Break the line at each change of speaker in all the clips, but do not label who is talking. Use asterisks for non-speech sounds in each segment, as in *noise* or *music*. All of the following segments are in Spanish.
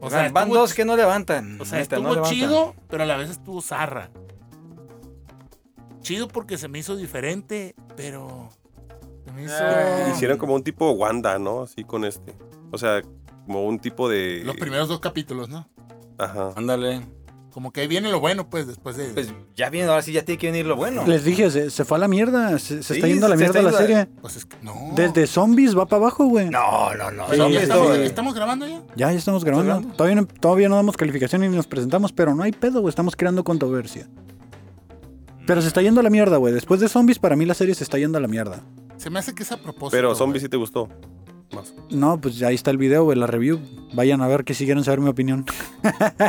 O sea, van dos que no levantan.
O sea,
neta, no
estuvo
levantan.
chido, pero a la vez estuvo zarra. Chido porque se me hizo diferente, pero se me hizo...
Eh,
Hicieron como un tipo Wanda, ¿no? Así con este. O sea, como un tipo de.
Los primeros dos capítulos, ¿no?
Ajá.
Ándale.
Como que ahí viene lo bueno, pues, después de...
Pues ya viene, ahora sí ya tiene que venir lo bueno.
Les dije, se, se fue a la mierda. Se, se
Sí,
está yendo a la
se está
mierda la
yendo a-
serie.
pues es que- no.
Desde zombies va para abajo, güey.
No, no, no.
Pues,
Sí,
¿ya
esto,
estamos,
eh.
¿estamos grabando ya?
Ya, ya estamos grabando.
grabando?
Todavía no, todavía no damos calificación ni nos presentamos, pero no hay pedo, güey. Estamos creando controversia. Pero se está yendo a la mierda, güey. Después de zombies, para mí la serie se está yendo a la mierda.
Se me hace que es a propósito.
Pero
güey.
Zombie sí te gustó. Más.
No, pues ya ahí está el video, güey, la review. Vayan a ver que si quieren saber mi opinión. *laughs*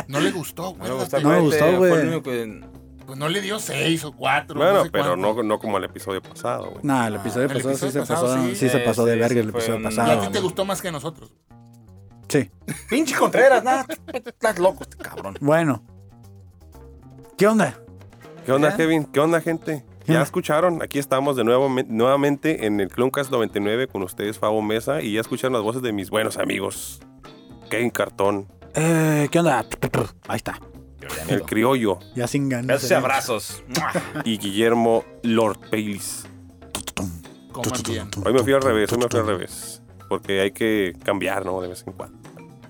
No le gustó,
No me
acuérdate,
gustó,
No me
güey.
aparte,
gustó,
Este, fue
güey.
el único que-
Pues no le dio seis o cuatro.
Bueno,
sé
pero
cuánto.
no, no como el episodio pasado, güey.
Nah, el
Ah,
episodio
el
pasado sí
episodio
se
pasado
pasó,
sí.
sí se
Eh,
pasó de
sí,
verga
sí,
el
fue
episodio
un-
Y a
pasado.
ti te gustó más que a nosotros.
Sí.
Pinche Contreras, nada. Estás loco este cabrón.
Bueno. Eh, ¿Qué onda?
¿Qué onda,
¿Ya?
Kevin? ¿Qué onda, gente?
¿Qué
Ya
onda?
escucharon, aquí estamos de nuevo nuevamente en el Cloncast 99 con ustedes, Fabo Mesa, y ya escucharon las voces de mis buenos amigos. Kevin Cartón,
Eh, ¿Qué onda? Ahí está.
el criollo
Ya sin ganas.
Besos y abrazos. ¡Mua!
y Guillermo Lord Paylis.
Coman bien.
Hoy me fui al revés, hoy me fui al revés. Porque hay que cambiar, ¿no? De vez en cuando.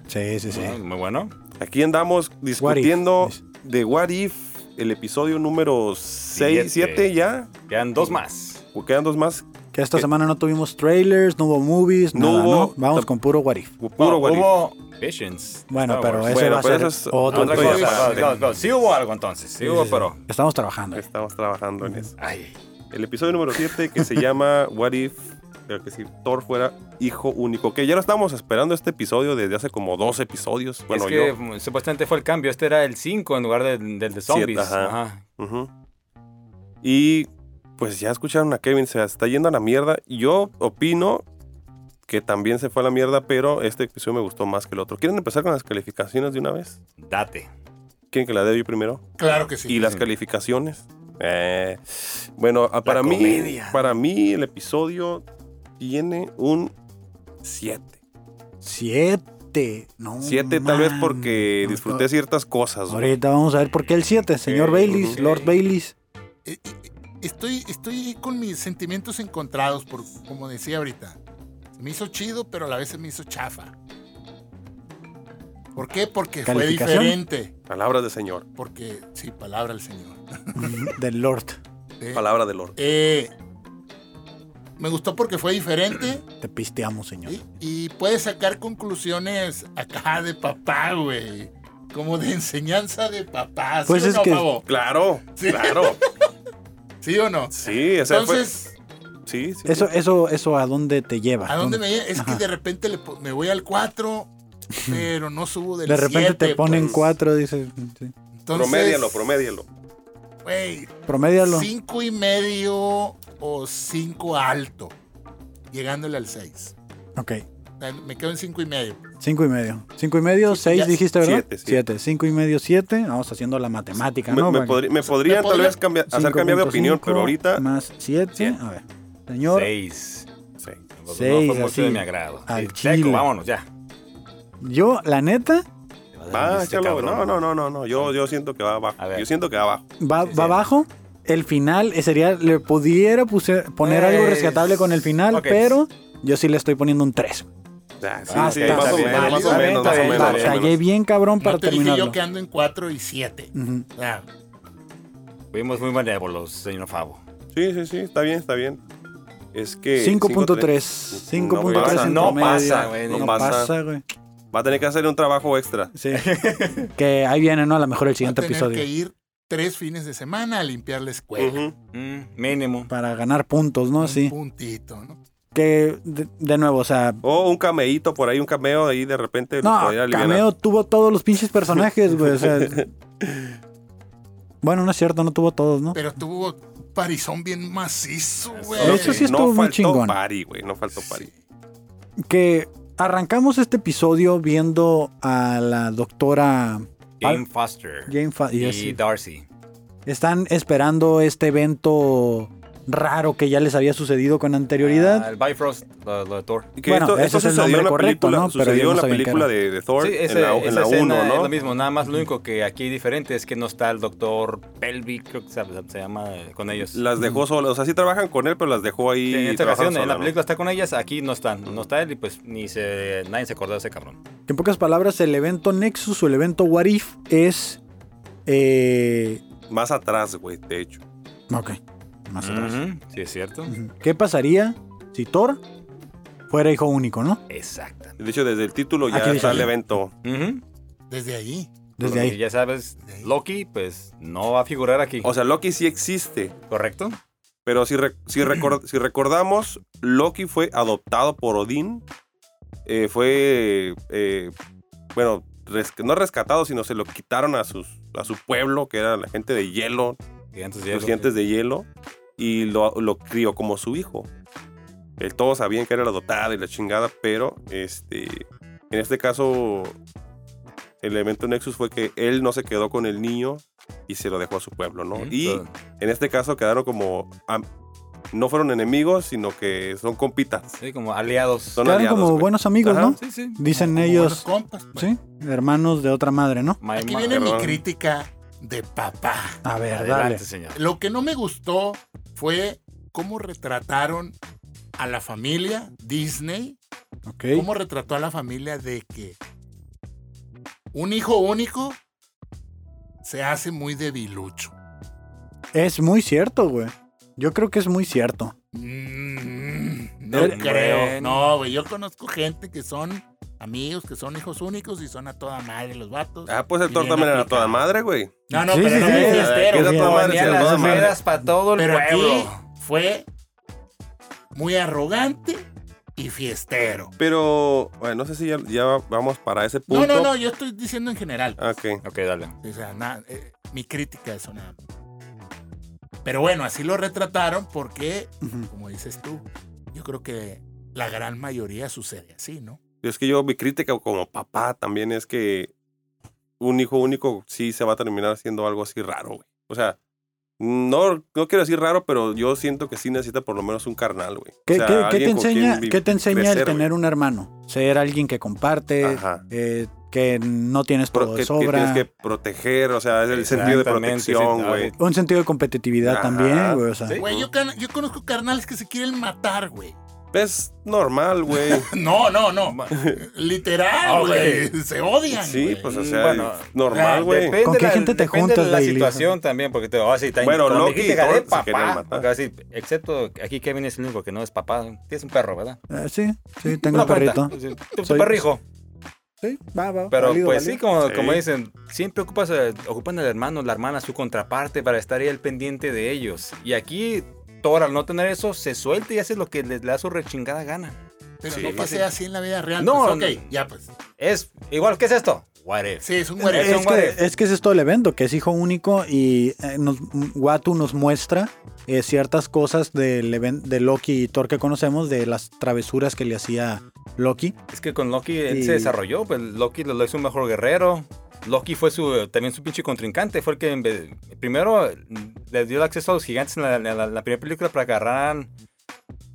Sí, sí, sí.
Ah, Muy bueno.
Aquí andamos
What if,
discutiendo
dice.
de What If, el episodio número 6,
Siete.
7 ya.
Quedan dos más.
o Quedan dos más.
Que esta semana no tuvimos trailers, no hubo movies,
No
no
hubo-
¿no? Vamos con puro what if.
Puro
No,
What If.
hubo Visions.
Bueno,
Star
pero
Wars.
ese
Bueno,
va a
pero
ser
eso es
otro
Otra
Entonces,
cosa,
aparte.
no, no, sí hubo algo entonces. Sí hubo, pero.
Estamos trabajando.
Estamos trabajando en eso.
Ay.
El episodio número 7
*laughs*
que se llama What If, pero que si Thor fuera hijo único, que ya lo estábamos esperando este episodio desde hace como dos episodios. Bueno,
es que
yo.
mm, supuestamente fue el cambio. Este era el 5 en lugar del, del de zombies.
ajá.
Ajá.
Ujú. Y pues ya escucharon a Kevin, se está yendo a la mierda. Yo opino que también se fue a la mierda, pero este episodio me gustó más que el otro. ¿Quieren empezar con las calificaciones de una vez?
Date.
¿Quieren que la dé yo primero?
Claro que sí.
y las calificaciones. Eh, bueno, ah, para mí,
comedia.
para mí el episodio tiene un 7.
Siete. No.
7 tal vez
mames.
porque
No,
disfruté ciertas cosas. güey.
Ahorita vamos a ver por qué el 7, señor
Ok,
Baileys,
ok.
Lord Baileys. *laughs*
Eh, eh, eh, Estoy, estoy con mis sentimientos encontrados, por, como decía ahorita. Se me hizo chido, pero a la vez se me hizo chafa. ¿Por qué? Porque fue
¿Calificación?
diferente.
Palabras de señor,
Porque, sí, palabra del señor.
del Lord.
Eh,
palabra del Lord.
eh, me gustó porque fue diferente
Te pisteamos, señor.
y, y puedes sacar conclusiones acá de papá, güey. Como de enseñanza de papá. ¿sí
Pues
o
es
no,
que-
pavo?
Claro,
Sí.
claro.
¿Sí o no?
Sí, o sea, fue-
Entonces,
sí, sí,
Eso, eso, eso a dónde te lleva.
¿a dónde me
¿Dónde-
lleva? Es que de repente le po- me voy al 4, pero no subo del
De
7.
repente te ponen
pues.
4, dices. sí.
Entonces,
Promédialo, promédialo.
ah,
Güey,
Promédialo.
5 y medio o 5 alto. Llegándole al 6.
Ok.
Me quedo en 5 y medio.
Cinco y medio. Cinco y medio, seis
ya-
dijiste, ¿verdad?
Siete, sí.
Siete. Cinco y medio, siete. Vamos haciendo la matemática,
Me,
¿no?
me
Para que-
podri- me podrían tal
podría-
vez cambiar- hacer cambiar de opinión,
5.5
pero ahorita.
Más 7.
Siete.
A ver. Señor,
6.
Sí.
no
Seis,
fue mucho
así,
de mi agrado.
al
Sí,
chile.
Teco, vámonos ya.
yo, la neta,
Te va a dar
Va,
este
échalo,
cabrón.
no, no, no, no, no. Yo, yo siento que va abajo.
A ver.
Yo siento que va abajo.
va,
Sí,
va
sí.
abajo. El final eh, sería. Le pudiera puse- poner algo
Es-
rescatable con el final,
ok.
pero yo sí le estoy poniendo un 3.
Ah, sí,
Ah,
sí,
está
más o
bien.
menos, más o
Válido,
menos, más o
válido.
menos. más o menos.
Batallé bien, cabrón, para
No te dije yo
terminarlo.
que ando en 4 y 7.
Ujú.
Fuimos muy malévolos, señor Favo.
Sí, sí, sí, está bien, está bien. Es que.
5.3.
5.3.
5.3
pasa,
en
no
promedio.
pasa, güey,
No
no
pasa,
pasa.
güey.
Va a tener que hacer un trabajo extra.
Sí. *laughs* que ahí viene, ¿no? A lo mejor el
Va a
siguiente
tener
episodio.
que ir tres fines de semana a limpiar la escuela.
Ujú.
Mm, mínimo.
Para ganar puntos, ¿no?
Un
Ah, Sí.
puntito, ¿no?
Que, de- de nuevo, o sea,
O un cameíto por ahí, un cameo ahí de repente. lo
No,
podría aliviar.
Cameo tuvo todos los pinches personajes, güey. O sea.
*laughs*
bueno, no es cierto, no tuvo todos, ¿no?
Pero tuvo un parizón bien macizo,
Ah,
güey.
De hecho, sí
no
estuvo muy
faltó
chingón.
Pari, güey, no faltó pari.
Que arrancamos este episodio viendo a la doctora
Jane Foster.
Jane Fa-
y
yes.
Darcy.
Están esperando este evento raro que ya les había sucedido con anterioridad.
Ah, el Bifrost, lo, lo de Thor.
Que
Bueno,
esto,
ese
esto
es el
sucedió en
nombre
la
correcto,
película,
¿no? Pero
sucedió
yo no
en la
sabía que
película
era.
de, de Thor,
Sí, ese-
en la- en
esa
la
escena
1,
es
¿no?
lo mismo, nada más lo único que aquí diferente es que no está el doctor Pelvi, creo que se, se llama eh, con ellos.
Las dejó solas, o sea, sí trabajan con él, pero las dejó ahí.
en esta
trabajando
ocasión, en
sola,
la
¿no?
película está con ellas, aquí no están, no está él y pues ni se, nadie se acordó de ese cabrón.
En pocas palabras, el evento Nexus o el evento What If es. eh,
Más atrás, güey, de hecho.
ok, más atrás.
Ujú, Sí, es cierto.
Ujú. ¿Qué pasaría si Thor fuera hijo único, no?
Exactamente.
De hecho, desde el título
Ah,
ya
Aquí dice
está el
ahí.
evento.
Ujú.
Desde ahí.
Desde
Y
ahí.
ya sabes,
Desde ahí.
Loki pues no va a figurar aquí.
O sea, Loki sí existe,
¿Correcto?
pero si, re-
*clears throat*
si, recor- si recordamos, Loki fue adoptado por Odín. eh, fue, eh, bueno, res- no rescatado, sino se lo quitaron a, sus, a su pueblo, que era la gente de hielo,
Gigantes de
los
hielo.
dientes de hielo y lo, lo crió como su hijo. El, todos sabían que era el adoptado y la chingada, pero este, en este caso el evento Nexus fue que él no se quedó con el niño y se lo dejó a su pueblo, ¿no?
Ujú.
Y en este caso quedaron como... am- no fueron enemigos, sino que son compitas.
Sí, como aliados.
Son
Quedaron
aliados,
como
güey.
buenos amigos,
Ajá.
¿no?
Sí, sí.
Dicen
Como buenos
ellos,
compas, pues.
¿sí? Hermanos de otra madre, ¿no?
My
Aquí
ma-
viene mi
perdón.
crítica de papá.
A ver,
Adelante,
dale.
señor.
Lo que no me gustó fue cómo retrataron a la familia Disney,
Ok.
cómo retrató a la familia de que un hijo único se hace muy debilucho.
Es muy cierto, güey. Yo creo que es muy cierto.
Mm, no
Pero-
creo.
Bueno.
No, güey, yo conozco gente que son amigos, que son hijos únicos y son a toda madre los vatos.
Ah, pues el Thor
Bien
también era
aplicado.
toda madre, güey.
No, no,
Sí,
pero
sí,
no
sí,
me
sí,
fiestero.
era toda madre,
Ponía
era toda
las
madre.
veras para todo el
Pero aquí
pueblo.
fue muy arrogante y fiestero.
Pero, bueno, no sé si ya, ya vamos para ese punto.
No, no, no, yo estoy diciendo en general.
Ah, Ok.
Ok, dale.
O sea, na- eh, mi crítica es nada más. Pero bueno, así lo retrataron porque,
Ujú.
como dices tú, yo creo que la gran mayoría sucede así, ¿no?
Es que yo, mi crítica como papá también es que un hijo único sí se va a terminar haciendo algo así raro, güey. O sea, no, no quiero decir raro, pero yo siento que sí necesita por lo menos un carnal, güey. O
¿Qué,
sea,
qué- qué te
alguien con
enseña,
quien vi-
qué te enseña el
crecer, güey.
tener un hermano? Ser alguien que comparte,
Ajá.
eh, que no tienes
Pro-
todo
que,
de
que tienes
sobra.
que proteger, o sea, es el sentido de
Exactamente, sí,
protección,
ah,
güey.
Un sentido de competitividad
Ajá.
también, güey. O sea,
Sí.
Güey, yo, can- yo conozco carnales que se quieren matar, güey.
Es normal, güey.
No, no, no. *laughs* Literal,
Ok.
güey. Se odian.
sí,
güey.
pues, o sea,
Bueno,
normal, güey.
Depende
¿Con qué
la-
gente te
depende
juntas,
de la
Bailey?
situación también, porque te oh, sí, está
Bueno,
como
Loki
dijiste,
y Thor
gané
se querían matar.
Porque así, excepto aquí Kevin es el único que no es papá. Tienes un perro, ¿verdad?
eh, sí, sí, tengo
Una
un perrito.
cuenta. Sí, Tu, tu
Soy-
perrijo.
Sí, va, va.
Pero
válido,
pues
válido.
sí, como,
Sí.
como dicen, siempre ocupas, eh, ocupan al hermano, la hermana, su contraparte para estar ahí al pendiente de ellos. Y aquí Thor, al no tener eso, se suelta y hace lo que le, le da su rechingada gana.
Pero
Sí.
no que sea así en la vida real.
No,
No, pues, ok,
no.
ya pues.
Es igual, ¿qué es esto? What if?
Sí, es un
Pero
güey.
son
Es
guares.
que, es que ese es todo el evento, que es hijo único y eh, nos- Watu nos muestra eh, ciertas cosas del even- de Loki y Thor que conocemos, de las travesuras que le hacía Loki.
Es que con Loki él
Y-
se desarrolló, pues Loki lo, lo hizo un mejor guerrero. Loki fue su, también su pinche contrincante, fue el que en vez- primero le dio el acceso a los gigantes en la, en la- en la primera película para que agarraran...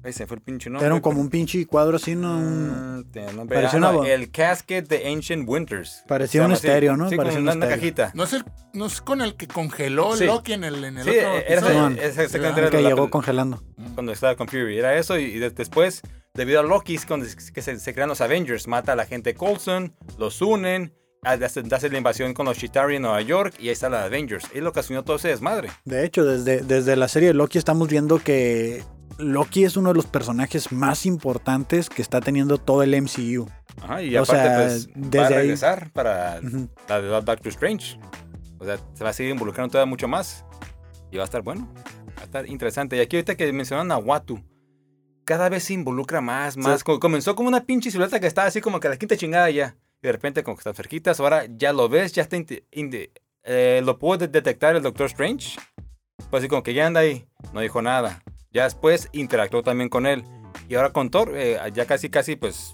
Ahí se me fue el pinche nombre.
Era un- como un pinche cuadro así, ¿no? Un-
Mm, te- no,
parecía
ah,
una
no,
bo-
El Casket de Ancient Winters.
Parecía
Se
un
llama así.
estéreo, ¿no?
Sí, como
Parecía
una,
un
una
estéreo.
cajita.
No es, el, no es con el que congeló
Sí.
Loki en el, en el
Sí, eh,
otro.
era-
episodio.
ese-
ese- exactamente
¿verdad?
que
la-
llegó congelando.
Cuando estaba con Fury. Era eso. Y, y de- después, debido a Loki, es cuando es- que se, se crean los Avengers. Mata a la gente de Coulson, los unen, hace, hace la invasión con los Chitari en Nueva York y ahí está la Avengers. Y lo ocasionó todo ese desmadre.
De hecho, desde, desde la serie de Loki estamos viendo que Loki es uno de los personajes más importantes que está teniendo todo el MCU.
Ajá, y
O
aparte,
sea,
pues, va a
desde ahí-
regresar para
Ujú.
la de Doctor Strange. O sea, se va a seguir involucrando todavía mucho más. Y va a estar bueno. Va a estar interesante. Y aquí ahorita que mencionaron a Watu. Cada vez se involucra más, más. Co- Comenzó como una pinche silueta que estaba así como que a la quinta chingada ya. Y de repente como que están cerquitas. Ahora ya lo ves, ya está... inte- inde- eh, lo pudo de- detectar el Doctor Strange. Pues así como que ya anda ahí. No dijo nada. Ya después interactuó también con él. Y ahora con Thor, eh, ya casi, casi, pues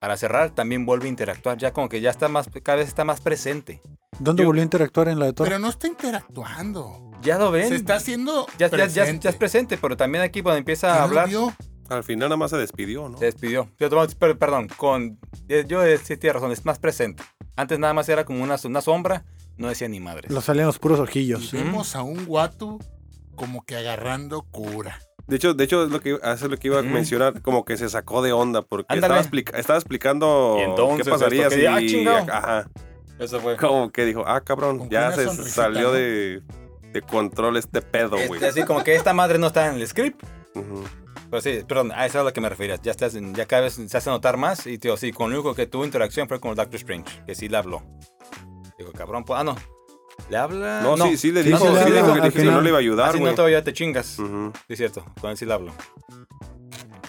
Para cerrar, también vuelve a interactuar. Ya como que ya está más, cada vez está más presente.
¿Dónde
Yo-
volvió a interactuar en la de Thor?
Pero no está interactuando.
Ya lo ven.
Se está haciendo.
ya, ya- ya-
presente.
ya es presente, pero también aquí cuando empieza
Ya
a
lo
hablar,
vio.
Al final nada más se despidió, ¿no?
se despidió. Yo tomo- per- perdón, con, eh, yo eh, sí tiene razón, es más presente. Antes nada más era como una, una sombra, no decía ni madre.
Lo salían los puros
Y
ojillos.
vemos a un guatu como que agarrando cura.
De hecho, de hecho es lo que, ah, eso es lo que iba a
Mm.
mencionar, como que se sacó de onda porque
Ándale.
estaba, explica- estaba explicando
Y entonces
qué pasaría
esto, que- ah,
si...
chingado.
ajá,
Eso fue.
como que dijo, ah,
Con
cabrón, ya
una
se
sonrisita,
salió
¿no?
de, de control este pedo, güey.
así como que esta madre no está en el script.
Ujú.
Pero sí, perdón, a eso es a lo que me refería. Ya, estás, en- ya cada vez se hace notar más. Y tío, sí, con lo único que tuvo interacción fue con el Doctor Strange, que sí le habló. Digo, cabrón, pues, ah, no. ¿Le habla?
No, sí, sí le
Sí,
dijo,
se le
sí le
habla
dijo que
al
le dijiste que
final.
no le iba a ayudar,
Así
Ah, güey. Mm.
no todavía te chingas.
Ujú.
Sí, es cierto, con él sí le hablo.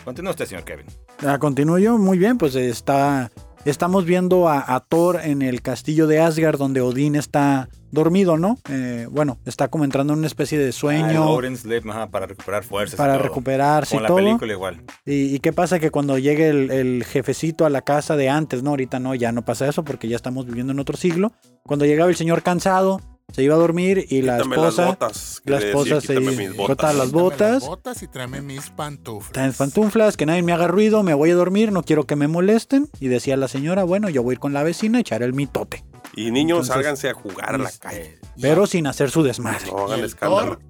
Continúa usted, señor Kevin.
Ah, continúo yo. Muy bien, pues está. Estamos viendo a, a Thor en el castillo de Asgard, donde Odín está dormido, ¿no? Eh, bueno, está como entrando en una especie de
Ah, el
sueño
Odin's Sleep, ajá, para recuperar fuerzas. y
para
todo.
recuperarse
Con
y
la
todo.
película igual.
¿Y, y qué pasa? Que cuando llegue el, el jefecito a la casa de antes, ¿no? Ahorita no, ya no pasa eso porque ya estamos viviendo en otro siglo. Cuando llegaba el señor cansado, se iba a dormir y la
Quítame las
esposa
botas.
la
que le decía,
esposa se-
"Quítame mis botas".
corta las
Quítame
botas.
botas y tráeme mis pantuflas.
está en pantuflas, que nadie me haga ruido, me voy a dormir, no quiero que me molesten. Y decía la señora, bueno, yo voy a ir con la vecina a echar el mitote,
Y niños,
Entonces,
sálganse a jugar a la
este,
sí.
calle.
Y-
pero sin hacer su desmadre.
No
y
hagan
el
escándalo.
Thor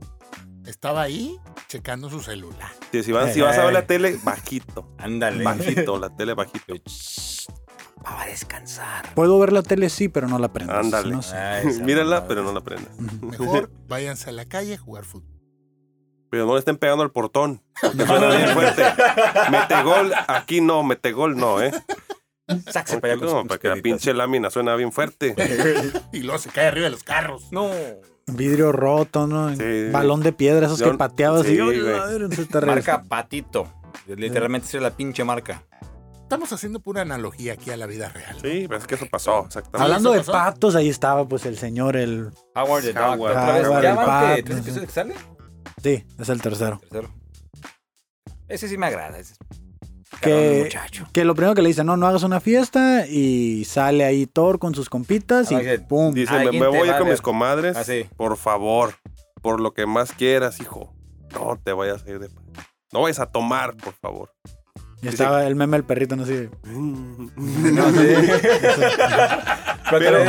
estaba ahí checando su
*laughs*
celular.
Sí, si, vas, si vas a
Ey.
ver la tele, bajito.
Ándale. *laughs*
*laughs* Bajito, la tele bajito.
Para descansar.
Puedo ver la tele, sí, pero no la prendo.
Ándale. *laughs*
No sé.
Ay, esa
Mírala,
mamada.
pero no la prendas.
Ujú.
Mejor váyanse a la calle a jugar
*laughs*
fútbol.
Pero no le estén pegando al portón. Porque
Ah,
suena bien fuerte. Mete gol, aquí no, mete gol no, ¿eh?
Sáquese para allá con
No,
sus
para que la
piedritas.
pinche lámina suena bien fuerte.
Y luego se cae arriba de los carros.
No.
Vidrio roto, ¿no?
Sí.
Balón de piedra, esos
Yo-
que pateabas.
sí,
y,
güey.
se te regresa.
Marca patito. Literalmente es la pinche marca.
Estamos haciendo pura analogía aquí a la vida real.
Sí, pero es que eso pasó, exactamente.
Hablando de
pasó?
patos, ahí estaba pues el señor, el...
Howard the Dog.
Howard.
Otra vez.
Howard
¿Ya
el
van que
Pato.
tres episodios que sale?
Sí, es el tercero.
Tercero. Ese sí me agrada. ese. Cabrón,
Que, *laughs*
muchacho.
que lo primero que le dice, no, no hagas una fiesta y sale ahí Thor con sus compitas y
Ah, dice,
¡pum!
Dice, me,
Alguien
me
te
voy a
va
ir
a
con
ver.
mis comadres.
Ah, sí.
Por favor, por lo que más quieras, hijo. No te vayas a ir de... No vayas a tomar, por favor.
Y estaba el meme del perrito, no sé.
No sé. *laughs* Pero,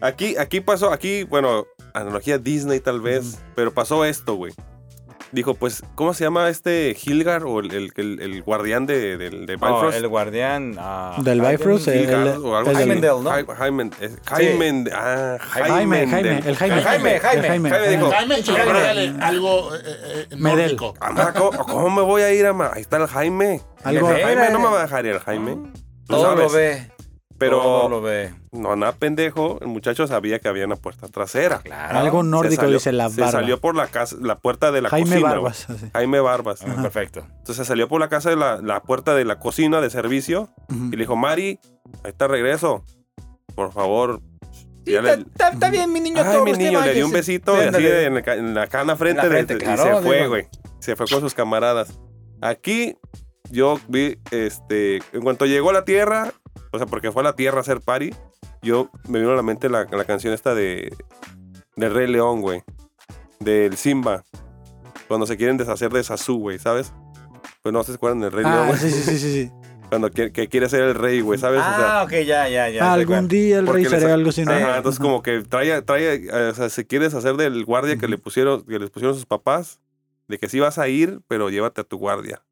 Aquí, aquí pasó, aquí, bueno, analogía Disney tal vez, pero pasó esto, güey. Dijo, pues, ¿cómo se llama este Hilgar o el, el- el- el guardián de, del de
No,
Bifrost?
Oh, el guardián. ah,
Del
Hayden
Bifrost, el-
Hilgar.
Hilgar o algo así.
el
Jaimendel, ¿no?
Jai- Jaimen, es- Jaimen- ah,
Jaime,
Jaimendel.
Jaime, el Jaime.
El Jaime,
El
Jaime,
Jaime dijo,
Jaime, dígale algo eh, eh, eh,
Medel.
nórdico.
Ah, ma, ¿cómo, cómo me voy a ir a ma- Ahí está el Jaime.
Algo-
El Jaime no me va a dejar ir el Jaime. Tú
Todo lo
sabes.
ve. Todo lo
Pero
ve.
no, nada pendejo. El muchacho sabía que había una puerta trasera.
Claro.
Algo
Se
nórdico,
salió-
dice la
Se
barba.
salió por la casa, la puerta de la
Jaime
cocina. güey.
Barbas. así.
Jaime Barbas.
Ah, Perfecto.
Entonces salió por la casa de la, la puerta de la cocina de servicio
Ujú.
y le dijo, Mari, ahí está regreso. Por favor.
Sí,
Ya le-
está, está- está bien, mi niño.
Ay,
todo este
mi
usted
niño, le dio un
váyase.
besito
Sí,
y así
ándale.
de- en, la, ca- en la cana frente,
En la
de-
frente,
y
claro,
se fue,
digo.
güey. Se fue con sus camaradas. Aquí yo vi, este, en cuanto llegó a la tierra, o sea, porque fue a la tierra a hacer party, yo me vino a la mente la, la canción esta de del Rey León, güey, del Simba, cuando se quieren deshacer de Sasu, güey, ¿sabes? Pues no se acuerdan del Rey León,
Ah,
güey?
sí, sí, sí, sí. sí.
cuando quiere, que quiere ser el rey, güey, ¿sabes? O sea,
Ah, ok, ya, ya, ya.
Algún día el
porque
rey
les-
será algo sin
Ajá, entonces como que trae, trae, eh, o sea, se quiere deshacer del guardia que le pusieron, que les pusieron sus papás, de que sí vas a ir, pero llévate a tu guardia.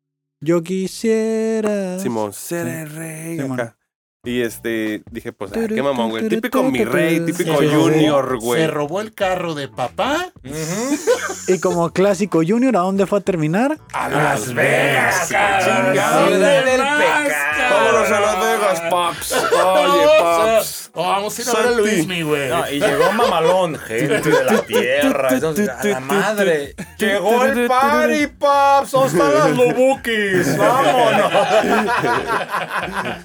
Yo quisiera...
Simón, ser el rey.
Ah, Simón.
acá. Y este, dije, pues, ah,
Turu,
qué mamón, güey.
turu,
Típico
turu,
mi rey,
turu.
típico
Sí, sí, sí.
junior,
Se
güey.
robó el carro de papá.
Y como clásico junior, ¿a dónde fue a terminar?
A Las Vegas,
chingada.
cabrón.
Ciudad del
Nebraska.
pecado.
Ah.
*laughs*
Vámonos a Las Vegas, Pops. Oye, Pops.
Oh, vamos a ir a ver a
Santi.
Luismi, güey.
No, y llegó mamalón, gente de la tierra. Entonces, a la madre. Llegó el party, paps. ¿Dónde están las lubukis? Vámonos.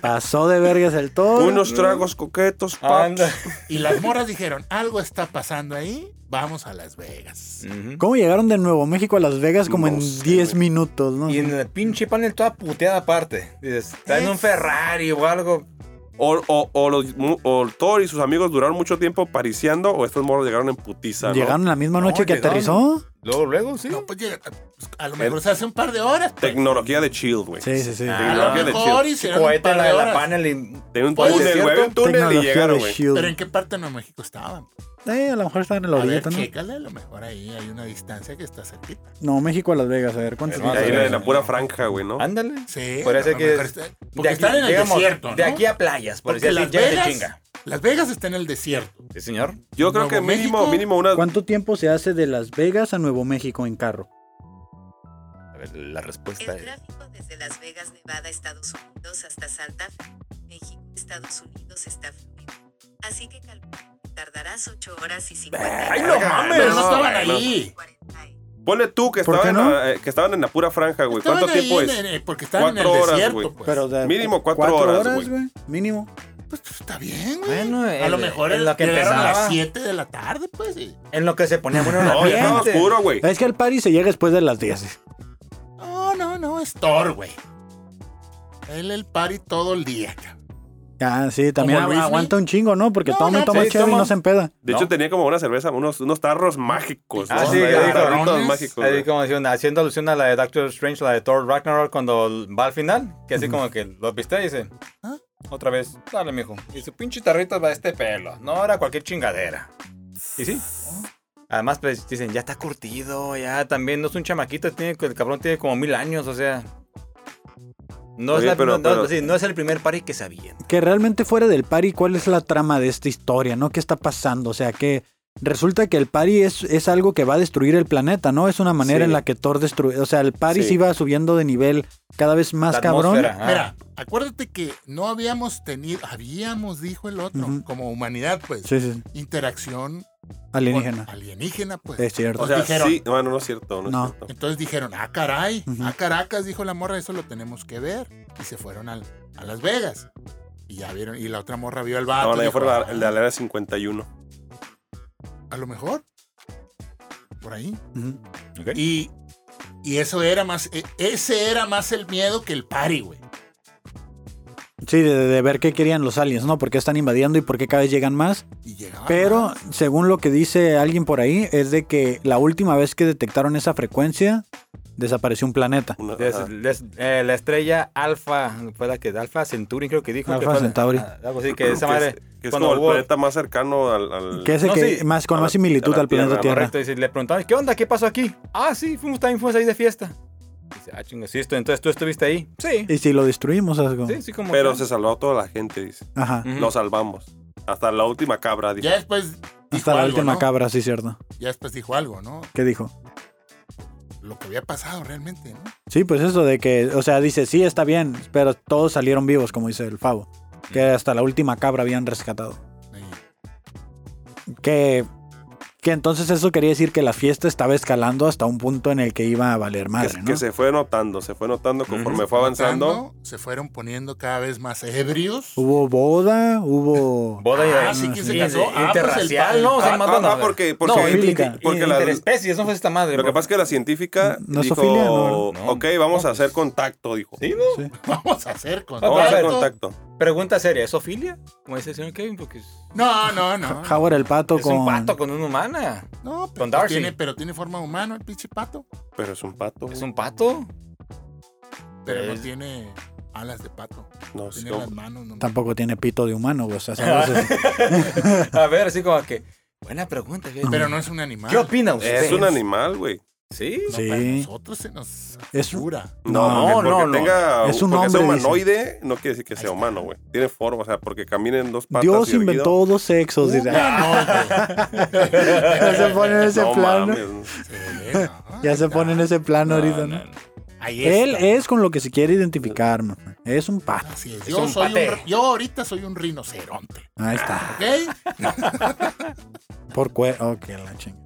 Pasó de vergas el todo.
Unos tragos coquetos, paps.
Anda.
Y las morras dijeron, algo está pasando ahí, vamos a Las Vegas.
Ujú.
¿Cómo llegaron de Nuevo México a Las Vegas como
No
en
sé,
10
güey.
minutos, no?
Y en el pinche panel toda puteada aparte. Dices, traen un Ferrari o algo.
O, o, o, los, mu- o Thor y sus amigos duraron mucho tiempo pariciando, o estos morros llegaron en putiza. ¿no?
Llegaron la misma
No,
noche que
llegaron.
aterrizó.
Luego, luego, sí.
No, pues llega, pues, a
Eh,
lo mejor se hace un par de horas. pues.
Tecnología de chill, güey.
Sí, sí, sí.
A
tecnología
lo
de
mejor
chill.
hicieron un
Cohete
par
en la
de
de la
horas.
panel y.
Tenían un
Pues,
túnel,
¿desierto?
güey. Un túnel y
Tecnología
llegaron,
de
güey.
Shield.
Pero ¿en qué parte de Nuevo México estaban?
Eh, a lo mejor están en la
A ver,
orillita, ¿no?
chécale, a lo mejor ahí hay una distancia que está cerquita.
No, México a Las Vegas, a ver cuántos
Pero
Y ahí
sí,
la de
sí,
la pura franja, güey, ¿no?
Ándale.
Sí.
Podría
a
ser
lo
que
mejor
es-
está-
De
Porque
aquí-
están en el
digamos,
desierto, ¿no?
De aquí a playas, por
Porque
decir
Las
así, ya se
Vegas,
chinga.
Las Vegas está en el desierto.
Sí, señor.
Yo creo
Nuevo
que mínimo,
México.
mínimo una.
¿Cuánto tiempo se hace de Las Vegas a Nuevo México en carro?
A ver, la respuesta
El
es.
tráfico desde Las Vegas, Nevada, Estados Unidos hasta Santa Fe, México, Estados Unidos está fluido. Así que calcula que tardarás 8 horas y 50
¡Ay, no mames!
Pero no estaban
bueno.
ahí.
40 y-
Ponle tú que
¿Por
estaban,
qué no?
en la- eh, que estaban en la pura franja, güey.
Estaban
¿Cuánto
ahí
tiempo
en-
es?
en- porque estaban en
Cuatro
el
horas,
desierto,
güey.
pues.
Pero de-
Mínimo cuatro horas, güey.
Mínimo.
Pues, pues, está bien, güey.
Bueno,
a
el-
lo mejor
en lo que
llegaron a las
empezaba,
7 de la tarde, pues. y-
en lo que se ponía bueno el
No, ya estaba
ambiente.
este.
oscuro, güey.
Es que el party se llega después de las 10.
No, no, no, es Thor, güey. Él el party todo el día, cabrón.
Ah, sí, también
¿Como
agu-
Luismi?
aguanta un chingo, ¿no? Porque
No,
Tommy
no,
toma
sí,
chévere y
toma.
no se empeda.
De
No.
hecho, tenía como una cerveza, unos, unos tarros mágicos.
Ah,
¿no?
sí,
Ahí,
ya dijo.
tarritos
Tarrones.
mágicos.
Así
güey.
como diciendo- haciendo alusión a la de Doctor Strange, la de Thor Ragnarok, cuando va al final, que así como que lo viste y dice,
¿Ah?
otra vez, dale, mijo. Y su pinche tarrito va a este pelo, no era cualquier chingadera. Y sí. Además, pues dicen, ya está curtido, ya también no es un chamaquito, tiene, el cabrón tiene como mil años, o sea. No,
Oye,
es, la-
pero-
no- no-
pero-
sí, no es el primer party que sabían.
Que realmente fuera del party, ¿cuál es la trama de esta historia, no? ¿Qué está pasando? O sea, que resulta que el party es, es algo que va a destruir el planeta, ¿no? Es una manera
Sí.
en la que Thor destruye. O sea, el party
Sí.
sí va subiendo de nivel cada vez más
La
cabrón.
atmósfera, ah.
Mira, acuérdate que no habíamos tenido, habíamos, dijo el otro,
Ujú.
como humanidad, pues,
Sí, sí.
interacción con
Alienígena.
alienígena, pues.
Es cierto.
O sea,
Dijeron.
sí. Bueno, no es cierto. No. es
No.
cierto.
Entonces dijeron, ah, caray,
Ujú.
ah, Caracas, dijo la morra, eso lo tenemos que ver. Y se fueron al- a Las Vegas. Y ya vieron, y la otra morra vio al vato.
No, no, ya
dijo,
fueron
"Ah,
al- el de la era 51.
A lo mejor. Por ahí.
Ujú.
Ok.
Y, y eso era más, e- ese era más el miedo que el party, güey.
Sí, de, de ver qué querían los aliens, ¿no? Por qué están invadiendo y por qué cada vez llegan más.
Y llegaba.
Ah, Pero, según lo que dice alguien por ahí, es de que la última vez que detectaron esa frecuencia, desapareció un planeta.
Una-
Des-
ajá.
des- eh, la estrella Alfa, fue la que Alfa Centauri creo que dijo.
Alpha
que fue-
Centauri.
ah, Algo así, que esa madre.
Que es, que es
cuando
como el
hubo-
planeta más cercano al. al-
Que es el
No,
que
sí.
más, con
A la-
más similitud
a la
al planeta
Tierra,
Tierra.
Correcto, dice, le preguntaban, ¿qué onda? ¿Qué pasó aquí? Ah, sí, fuimos, también fuimos ahí de fiesta. Dice, ah, chingo, sí, esto, entonces tú estuviste ahí. Sí.
Y si lo destruimos, algo.
Sí, sí, como.
Pero
que-
se salvó toda la gente, dice.
Ajá.
Ujú.
Lo salvamos. Hasta la última cabra, dice.
Ya después dijo
Mm.
Hasta la
algo,
última
¿no?
cabra, sí, cierto.
Ya después dijo algo, ¿no?
¿Qué dijo?
Lo que había pasado realmente, ¿no?
Sí, pues eso de que, o sea, dice, sí, está bien, pero todos salieron vivos, como dice el pavo. Que hasta la última cabra habían rescatado.
Y-
Que, que entonces eso quería decir que la fiesta estaba escalando hasta un punto en el que iba a valer
que,
madre,
que
¿no?
se fue notando, se fue notando conforme
Ujú.
fue avanzando.
Tratando, se fueron poniendo cada vez más ebrios.
Hubo boda, hubo...
Boda y
Ah, sí, ¿quién se casó? Ah, pues el
interracial,
padre.
¿no? O sea,
Ah,
más
ah,
bueno,
ah, porque, porque,
no,
fílica.
inti- porque la-
interespecies, no fue esta madre.
lo que
por-
pasa es que la científica
No es
dijo,
zoofilia, ¿no?
No. pues.
ok, vamos a hacer contacto, dijo.
Sí, ¿no?
Sí.
*laughs* Vamos a hacer con
Vamos a hacer
Contacto.
contacto.
Pregunta seria, ¿es Ofilia? Como dice el señor Kevin, porque es,
No, no,
*laughs*
no.
Howard el pato
es
con...
un pato con una humana.
No, pero
Con Darcy.
tiene, pero tiene forma humana el pinche pato.
Pero es un pato.
¿Es un *laughs* pato?
Pero
Es-
no tiene alas de pato.
Pues No sé.
Tiene las manos. nomás.
Tampoco tiene pito de humano, güey. O
*laughs*
sea, ¿sabes?
A ver, así como que. Buena pregunta. ¿qué-
Pero no es un animal.
¿Qué opina usted?
Es un animal, güey.
Sí.
No,
Sí.
para nosotros se nos
Es un-
figura.
No,
No, porque,
no,
porque
no.
tenga
Es un
porque sea
hombre, dice.
humanoide no quiere decir que sea humano, güey. Tiene forma, o sea, porque camina en dos patas.
Dios
y erguido.
inventó dos sexos, dice. *laughs* Ya se pone en ese
No
plano.
mames.
Ya se pone en ese
No,
plano ahorita,
no,
¿no?
no.
Ahí
Él
está.
es con lo que se quiere identificar, man. Es un pato.
Así es.
Es
Yo,
un
soy un
paté.
r- yo ahorita soy un rinoceronte.
Ahí está.
¿Ok?
Por cue... Ok, la chinga.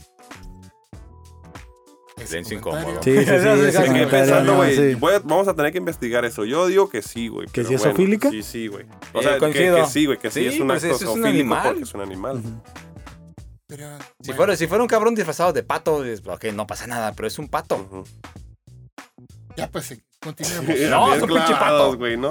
Ese
Silencio
comentario.
incómodo.
Sí, sí, sí. ese
Sí,
Me quedé
Comentario,
pensando,
no,
güey,
sí.
voy a- vamos a tener que investigar eso. Yo digo que sí, güey.
¿Que
pero
sí es
bueno,
zoofílica?
Sí, sí, güey.
Eh,
O sea, que,
coincido.
que sí, güey, que sí,
Sí,
es un
pues
acto
eso es un
zoofílico
animal.
porque es un animal.
Ujú.
Pero,
Si
bueno,
fuera, si fuera un cabrón disfrazado de pato, es- ok, no pasa nada, pero es un pato.
Ujú.
Ya pues, eh, continuemos.
No,
Bien
son pinche
clavados,
pato. *laughs*
güey, ¿no?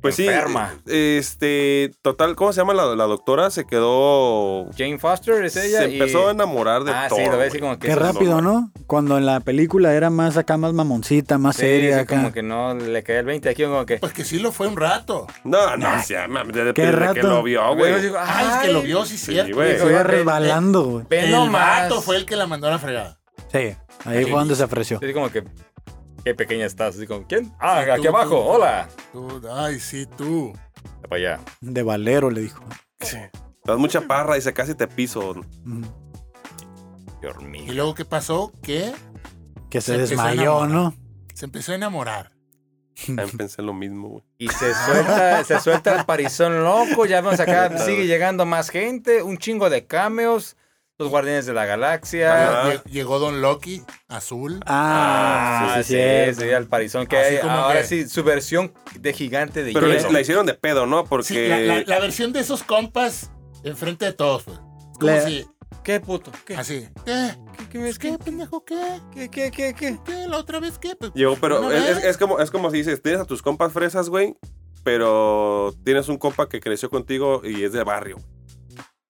Pues sí.
Enferma.
Este, total, ¿cómo se llama la, la doctora? Se quedó.
Jane Foster es ella.
se
y-
empezó a enamorar de
Ah,
Thor,
sí, lo voy a
güey.
decir como que.
Qué
sí,
rápido, ¿no? Cuando en la película era más acá, más mamoncita, más
sí,
seria
sí,
acá.
como que no le caía el 20. Aquí como que.
Pues que sí lo fue un rato.
No,
"Ah,
no, sí, mames, desde
Qué
desde que
rato.
lo vio, güey.
digo,
Ay, Ah, es que lo vio, sí,
Sí,
cierto.
güey.
Se iba resbalando, güey.
Ve
El
nomás.
vato fue el que la mandó a la fregada.
Sí, ahí fue donde se ofreció.
Así como que. Qué pequeña estás. Así como, ¿quién? Ah,
Sí,
aquí
tú,
abajo,
tú.
hola.
Tú, ay, sí, tú.
Para allá.
De valero le dijo.
Das mucha parra y se casi te
*laughs*
piso.
Mm.
Y
Qué hormiga.
luego, ¿qué pasó? Que
Que
Se
se,
empezó a
desmayó,
enamorar.
¿no?
se empezó a enamorar.
También pensé lo mismo, güey.
Y se suelta, se suelta el parizón loco. Ya vemos acá,
Claro.
sigue llegando más gente. Un chingo de cameos. Los Guardianes de la Galaxia.
Ajá.
Lle- Llegó Don Loki, azul.
Ah, sí, sí, cierto.
sí, al parizón que
Así
hay.
como
Ahora
que-
sí, su versión de gigante de
Pero
hielo.
la, la hicieron de pedo, ¿no? Porque.
Sí, la, la- la versión de esos compas enfrente de todos, pues. Como
Le-
si,
¿Qué puto? ¿Qué?
así. ¿Qué? Pues,
¿Qué, qué,
¿Qué, pendejo? ¿Qué?
qué, qué, qué, qué?
¿Qué? ¿La otra vez qué? Pues,
Llegó, pero
¿Una
es, es-
vez?
es como, es como si dices, tienes a tus compas fresas, güey, pero tienes un compa que creció contigo y es de barrio.